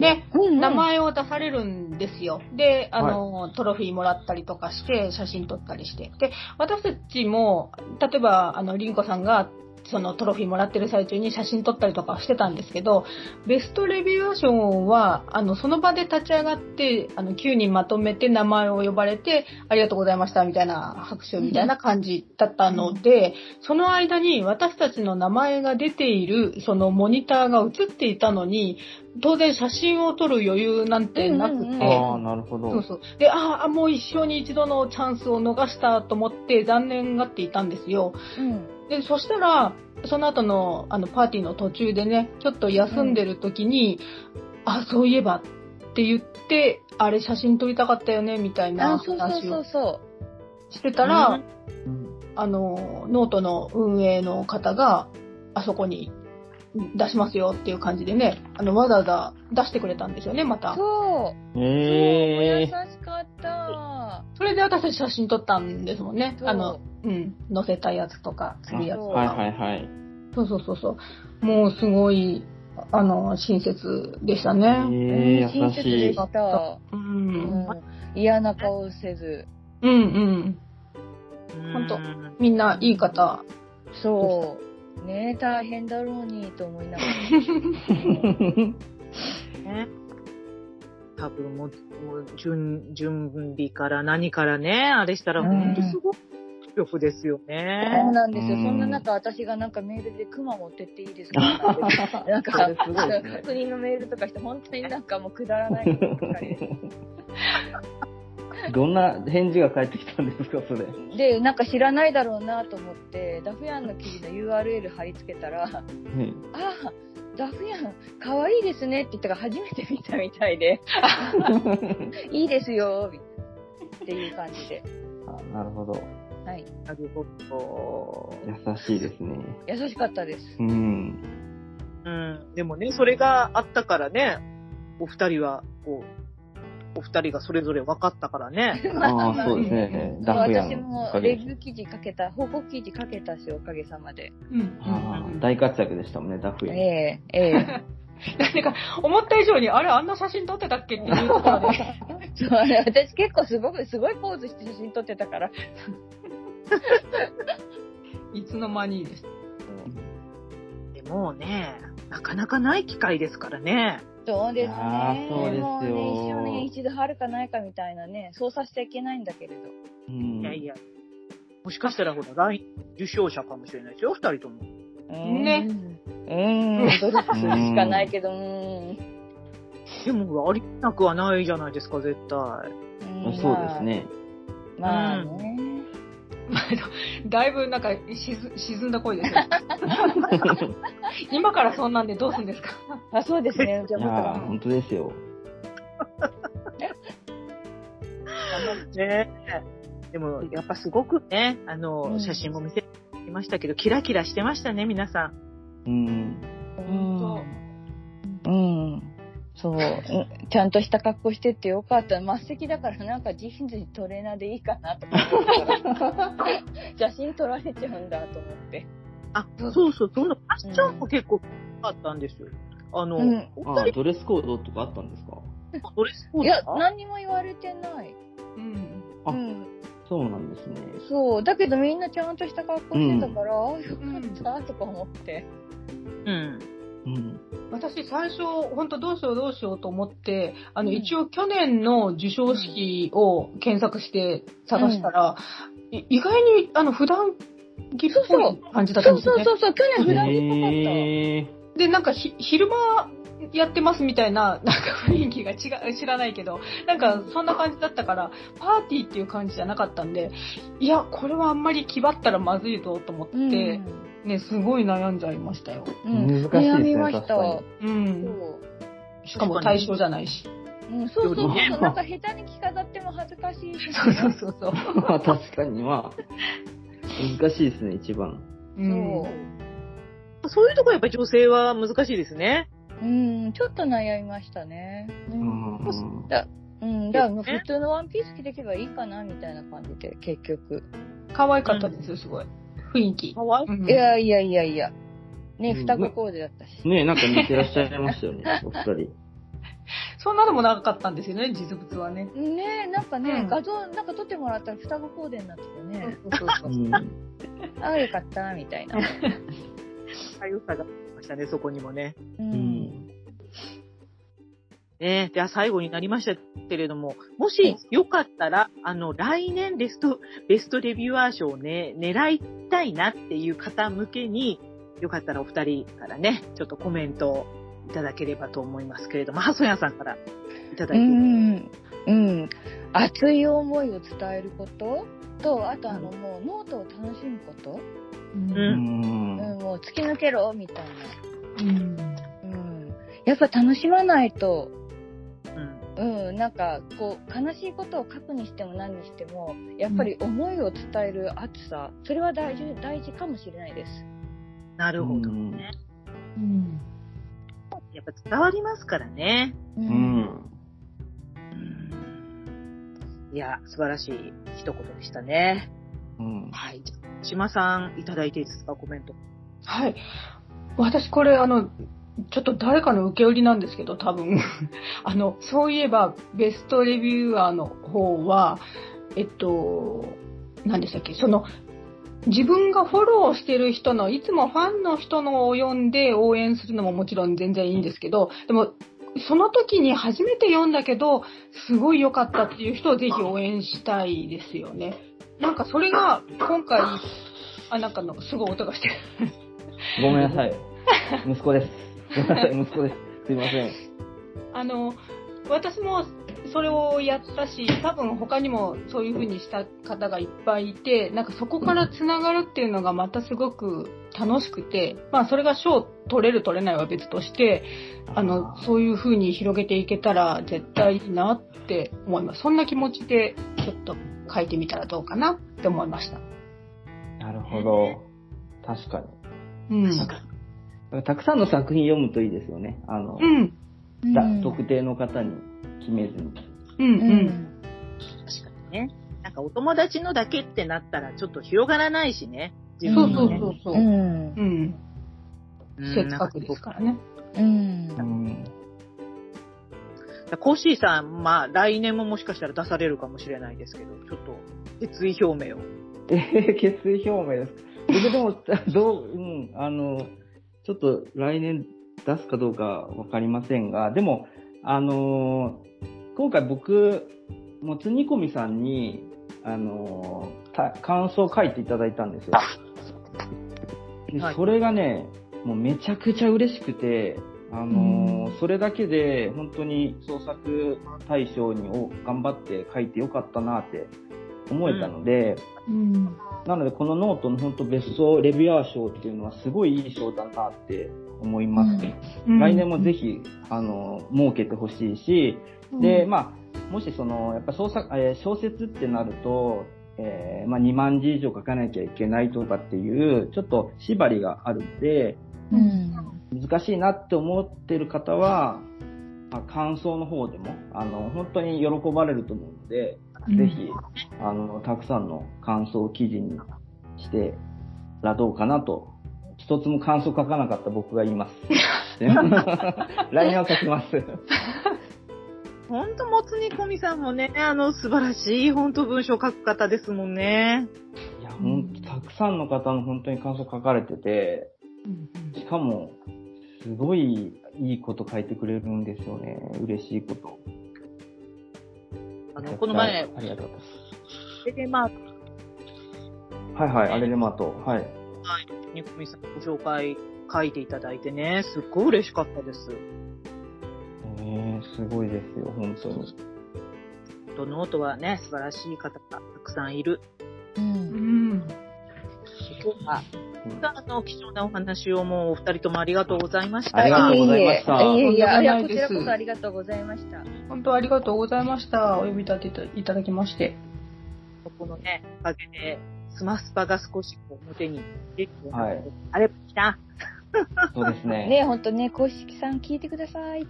Speaker 4: ね、
Speaker 3: うん
Speaker 4: 名前を出されるんですよ。で、あの、トロフィーもらったりとかして、写真撮ったりして。で、私たちも、例えば、あの、リンコさんが、そのトロフィーもらってる最中に写真撮ったりとかしてたんですけど、ベストレビュー賞は、あの、その場で立ち上がって、あの、9人まとめて名前を呼ばれて、ありがとうございました、みたいな拍手みたいな感じだったので、その間に私たちの名前が出ている、そのモニターが映っていたのに、当然写真を撮る余裕なんてなくて、
Speaker 3: うんうんうん
Speaker 2: ああ、なるほど。
Speaker 4: そうそう。で、ああ、もう一生に一度のチャンスを逃したと思って残念がっていたんですよ。
Speaker 3: うん。
Speaker 4: で、そしたら、その後のあのパーティーの途中でね、ちょっと休んでる時に、あ、そういえばって言って、あれ写真撮りたかったよね、みたいな
Speaker 3: あ、そうそう
Speaker 4: 話
Speaker 3: そう
Speaker 4: を
Speaker 3: そ
Speaker 4: してたら、
Speaker 1: うん
Speaker 2: うん
Speaker 4: あの、ノートの運営の方が、あそこに出しますよっていう感じでね、あの、わざわざ出してくれたんですよね、ま
Speaker 3: う。
Speaker 4: た。
Speaker 3: そう。そう、
Speaker 2: へ
Speaker 3: 優
Speaker 2: え。
Speaker 3: しかった。
Speaker 4: それで私たち写真撮ったんですもんね。
Speaker 3: そう
Speaker 4: あの、うん、載せたやつとか、するやつと
Speaker 2: はいは
Speaker 4: か。
Speaker 2: いはい。
Speaker 4: そうそうそうそう。もうすごい、ああの、親切でしたね。
Speaker 2: ええ
Speaker 3: 親
Speaker 2: 優
Speaker 3: 切
Speaker 2: し
Speaker 3: で
Speaker 2: い。
Speaker 3: した。
Speaker 4: う。
Speaker 3: うんん、嫌な顔せず。
Speaker 4: うんうん。
Speaker 1: ほ
Speaker 4: んとみんないい <laughs> 方。
Speaker 3: そう。ねえ、大変だろうに、と思いながら。
Speaker 1: ね。多分もう、もう準、準備から何からね、あれしたら
Speaker 3: うん
Speaker 1: 本当すごい力ですよ
Speaker 3: そう
Speaker 1: ね。
Speaker 3: なんですよ。
Speaker 2: うん
Speaker 3: そんな中、私がなんかメールで熊持ってっていいです
Speaker 2: <laughs>
Speaker 3: かなんか、
Speaker 2: それすごいですね
Speaker 3: 確認のメールとかして、本当になんかもうくだらないことばっかりで
Speaker 2: <laughs> どんな返事が返ってきたんですか、それ。
Speaker 3: で、なんか知らないだろうなと思って、ダフヤンの記事の URL 貼り付けたら、ああ、ダフヤン、かわいいですねって言ったから初めて見たみたいで、いいですよ、っていう感じで。
Speaker 2: あなるほど。
Speaker 3: はい。
Speaker 1: なるほど。
Speaker 2: 優しいですね。
Speaker 3: 優しかったです。
Speaker 2: うん。
Speaker 1: うん。でもね、それがあったからね、お二人は、こう、お二人がそれぞれ分かったからね。
Speaker 3: <laughs>
Speaker 2: ああ、そうですね。ダフヤ
Speaker 3: 私
Speaker 2: ンの
Speaker 3: も
Speaker 2: おかげ
Speaker 3: レ
Speaker 2: で
Speaker 3: ビ。ュー記事書けた、報告記事書けたし、おかげさまで。
Speaker 4: うん
Speaker 2: ああ大活躍でしたもんね、ダフヤン。
Speaker 3: えええ
Speaker 2: <laughs>
Speaker 3: え。
Speaker 4: なんか、思った以上に、あれ、あんな写真撮ってたっけっていうところで。
Speaker 3: そうあれ私結構すごくすごいポーズして写真撮ってたから
Speaker 4: いつの間にです。
Speaker 1: でもね、なかなかない機会ですからね。
Speaker 3: そうです
Speaker 2: あー
Speaker 3: ね
Speaker 2: そうですよ
Speaker 3: もうね一生に一度はるかないかみたいなね操作しちゃいけないんだけれど
Speaker 2: うん
Speaker 1: いやいや。もしかしたらほら、来受賞者かもしれないですよ、二人とも。
Speaker 3: うーん
Speaker 4: ね
Speaker 3: うーん努力するしかないけどうーん
Speaker 1: でもほら、ありえなくはないじゃないですか、絶対。
Speaker 3: うん
Speaker 2: そうですね。
Speaker 3: まあまあね、
Speaker 4: <laughs> だいぶ、なんか、沈沈んだ声 <laughs> ですよ。今からそんなんでどうすんですか
Speaker 3: あそうですねじゃあ
Speaker 2: い
Speaker 3: もっと
Speaker 2: や
Speaker 3: 頑
Speaker 2: ー本当ですよ。
Speaker 3: 張って
Speaker 1: ねえ。でも、やっぱすごくね、あの、
Speaker 3: うん
Speaker 1: 写真も見せてきましたけど、キラキラしてましたね、皆さん。
Speaker 2: うん。
Speaker 4: 本
Speaker 3: うんうんそううんちゃんとした格好してってよかった末席だからなんかジーンズにトレーナーでいいかなとか思ったから <laughs> 写真撮られちゃうんだと思って
Speaker 1: あ、そうそう、そのファッションも結構あったんですよ。あの、
Speaker 3: うん
Speaker 1: お
Speaker 2: あ
Speaker 1: 二
Speaker 2: あ、
Speaker 1: 人
Speaker 2: ドレスコードとかあったんですか
Speaker 1: のドレスコー
Speaker 3: い
Speaker 1: ド
Speaker 3: や
Speaker 1: か
Speaker 3: 何にも言われてない
Speaker 4: 当。うん。
Speaker 2: あ
Speaker 3: うん
Speaker 2: そうなんですね。
Speaker 3: そう、だけどみんなちゃんとした格好してたから、ああ、よかったとか思って。
Speaker 1: うん。
Speaker 2: うん。
Speaker 4: 私、最初、本当どうしようどうしようと思って、あの、
Speaker 3: うん
Speaker 4: 一応去年の授賞式を検索して探したら、い意外に、あの、普段着っぽい感じだった
Speaker 3: そ
Speaker 4: ん
Speaker 3: う
Speaker 4: ですよ
Speaker 3: そう
Speaker 4: ね。
Speaker 3: そうそう、去年フライングっぽかった。
Speaker 2: へえ。
Speaker 4: で、なんかひ、昼間やってますみたいな、なん <laughs> か雰囲気が違う、知らないけど、なんかそんな感じだったから、パーティーっていう感じじゃなかったんで、いや、これはあんまり気張ったらまずいぞと思って、
Speaker 3: うん
Speaker 4: ね、すごい悩んじゃいましたよ。
Speaker 3: うん
Speaker 2: 難しいですね
Speaker 3: 悩みました。
Speaker 2: 確か
Speaker 4: うん。
Speaker 3: そ
Speaker 4: しかも対象じゃないし。
Speaker 3: ううん、そうそうそう、
Speaker 1: でも
Speaker 3: なんか下手に着飾っても恥ずかしいし、
Speaker 4: そう <laughs> そうそうそう。
Speaker 2: まあ確かに、まあ、難しいですね、一番。
Speaker 4: うん
Speaker 3: そ
Speaker 1: そういうとこやっぱり女性は難しいですね。
Speaker 3: うん、ちょっと悩みましたね。
Speaker 2: うん。
Speaker 3: うん、だからもう普通のワンピース着てけばいいかなみたいな感じで、結局。
Speaker 4: 可愛かったですよ、すごい。雰囲気
Speaker 1: か。わいい。
Speaker 4: うん
Speaker 3: いやいやいやいや。ね、
Speaker 2: うん
Speaker 3: 双子コーデだったし。
Speaker 2: ねえ、なんか似てらっしゃいましたよね、お二人。
Speaker 4: そんなのもなかったんですよね、実物はね。
Speaker 3: ねなんかね、
Speaker 4: うん
Speaker 3: 画像、なんか撮ってもらったら双子コーデになってたね。
Speaker 4: <laughs>
Speaker 2: うん。
Speaker 3: ああ、よかった、みたいな。
Speaker 1: 良さがありましたね、そこにもね。
Speaker 3: う。
Speaker 2: うんん。
Speaker 1: ねでは最後になりましたけれども、もしよかったら、あの、来年ベスト、ベストレビュアー賞をね、狙いたいなっていう方向けに、よかったらお二人からね、ちょっとコメントをいただければと思いますけれども、ハソヤンさんからいただ
Speaker 3: う
Speaker 1: いてみ
Speaker 3: ん、うん、熱い思いを伝えることとあとあの、もうノートを楽しむこと、
Speaker 1: う
Speaker 2: うん
Speaker 3: うん
Speaker 2: ん。
Speaker 3: もう突き抜けろみたい
Speaker 4: うん
Speaker 3: な、うん、やっぱ楽しまないと、
Speaker 1: うん
Speaker 3: うん、なんかこう悲しいことを書くにしても何にしてもやっぱり思いを伝える熱さそれは大事大事かもしれないです。
Speaker 1: なるほどね。
Speaker 4: うん
Speaker 1: やっぱ伝わりますからね。
Speaker 3: う
Speaker 2: うんん。
Speaker 1: いや、素晴らしい一言でしたね。
Speaker 2: うん。
Speaker 1: はい。じゃあ島さん、いただいていいですか、コメント。
Speaker 4: はい。私これ、あの、ちょっと誰かの受け売りなんですけど、多分。 <laughs> あの、そういえば、ベストレビューアーの方は、えっと、何でしたっけ、その、自分がフォローしてる人の、いつもファンの人のを読んで応援するのももちろん全然いいんですけど、でも、その時に初めて読んだけど、すごい良かったっていう人をぜひ応援したいですよね。なんかそれが、今回、あ、なんかの、すごい音がしてる。
Speaker 2: ごめんなさい。息子です。ごめんなさい、息子です。すいません。
Speaker 4: あの、私もそれをやったし、多分他にもそういう風にした方がいっぱいいて、なんかそこから繋がるっていうのがまたすごく楽しくて、まあそれが賞取れる取れないは別として、あの、そういう風に広げていけたら絶対いいなって思います。そんな気持ちでちょっと書いてみたらどうかなって思いました。
Speaker 2: なるほど。確かに。
Speaker 4: うん。
Speaker 2: たくさんの作品読むといいですよね。あの
Speaker 4: う、ん。
Speaker 2: だ
Speaker 3: うん
Speaker 2: 特定の方に決めずに。
Speaker 4: う。
Speaker 3: うん
Speaker 4: うん。
Speaker 3: ん。
Speaker 1: 確かにね。なんかお友達のだけってなったらちょっと広がらないしね。
Speaker 3: うん
Speaker 4: そう
Speaker 1: の
Speaker 4: そう
Speaker 1: ね
Speaker 4: そうそうう。
Speaker 3: ん。
Speaker 4: うん。
Speaker 1: うん
Speaker 4: せっかくですからね。
Speaker 3: うん。
Speaker 2: うん。
Speaker 1: コッシーさん、まあ、来年ももしかしたら出されるかもしれないですけど、ちょっと、決意表明を。
Speaker 2: えー、 <laughs> 決意表明ですか。僕でも、 <laughs> どう、うん、あの、ちょっと来年出すかどうかわかりませんが、でも、あのー今回僕、もつ煮込みさんに、あのーた感想を書いていただいたんですよ。で
Speaker 1: はい
Speaker 2: それがね、もうめちゃくちゃ嬉しくて、あのーそれだけで本当に創作大賞にを頑張って書いてよかったなって思えたので、
Speaker 4: うん。
Speaker 2: なので、このノートの本当ベストレビュアー賞っていうのはすごいいい賞だなって思います。
Speaker 4: うん
Speaker 2: 来年もぜひ、あの、設けてほしいし、で、
Speaker 4: うん
Speaker 2: まあ、もしその、やっぱ創作、えー小説ってなると、えーまあ、2万字以上書かなきゃいけないとかっていう、ちょっと縛りがあるので、
Speaker 3: うん。
Speaker 2: 難しいなって思ってる方は、まあ感想の方でも、あの、本当に喜ばれると思うので、
Speaker 4: うん
Speaker 2: ぜひ、あの、たくさんの感想を記事にしてらどうかなと。一つも感想書かなかった僕が言
Speaker 1: <laughs>
Speaker 2: います。 <laughs> 来年は書きます。
Speaker 1: ほんと、もつ煮込みさんもね、あの、素晴らしい、ほんと文章書く方ですもんね。
Speaker 2: いや、ほんと、たくさんの方の本当に感想書かれてて、
Speaker 4: うん
Speaker 2: しかも、すごいいいこと書いてくれるんですよね。嬉しいこと。
Speaker 1: あの、この前、
Speaker 2: ありがとうございます。
Speaker 1: でまあ、
Speaker 2: はいはい、アレレマート。はい。
Speaker 1: 煮込みさんご紹介書いていただいてね、すっごい嬉しかったです。
Speaker 2: ねえすごいですよ、本当
Speaker 4: <laughs>
Speaker 2: に。
Speaker 1: と、ノートはね、素晴らしい方がたくさんいる。
Speaker 4: う
Speaker 3: う。
Speaker 4: んん。
Speaker 1: 今日は、あの、貴重なお話をもうお二人ともありがとうございました。
Speaker 2: ありがとうございました
Speaker 3: いえいえいえいやいや、
Speaker 4: とんでもないで
Speaker 3: こち
Speaker 4: す
Speaker 3: らこそありがとうございました。
Speaker 4: 本当ありがとうございました。お呼び立ていただきまして。
Speaker 1: ここのね、おかげで、スマスパが少しこう表に出てきて、
Speaker 2: はい
Speaker 1: あれ、来た
Speaker 2: そうですね。
Speaker 3: ね、ほんとね、公式さん聞いてください。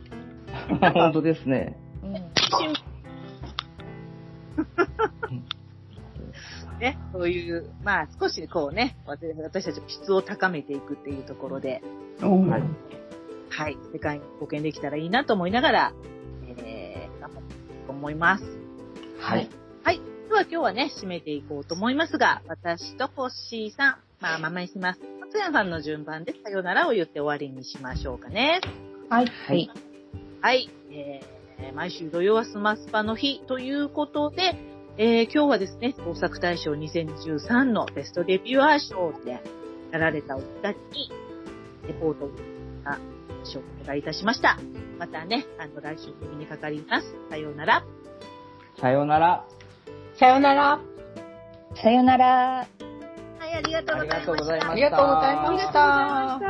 Speaker 2: 本当ですね。
Speaker 3: うん。
Speaker 1: ね、そういう、まあ少しこうね、私私たちの質を高めていくっていうところで、
Speaker 2: はい
Speaker 1: はい、世界に貢献できたらいいなと思いながら、えー、頑張っていこうと思います。
Speaker 2: はい。
Speaker 1: では今日はね、締めていこうと思いますが、私とコッシーさん、まあママにします。松山さんの順番でさよならを言って終わりにしましょうかね。
Speaker 4: はい。
Speaker 3: はい。
Speaker 1: はい、えー、毎週土曜はスマスパの日ということで、えー、今日はですね、創作大賞2013のベストレビュアー賞でなられたお二人に、レポートを紹介いたしました。またね、あの、来週お耳にかかります。さようなら。
Speaker 2: さようなら。
Speaker 4: さよなら。
Speaker 3: さよなら。
Speaker 1: はい、ありがとう
Speaker 2: あ
Speaker 1: ご
Speaker 2: り
Speaker 1: ざ
Speaker 2: が
Speaker 1: い
Speaker 2: と
Speaker 1: ま
Speaker 2: うご
Speaker 1: し
Speaker 2: ざいました。
Speaker 1: た。
Speaker 4: ありがとうございました。
Speaker 1: ありがとうございました。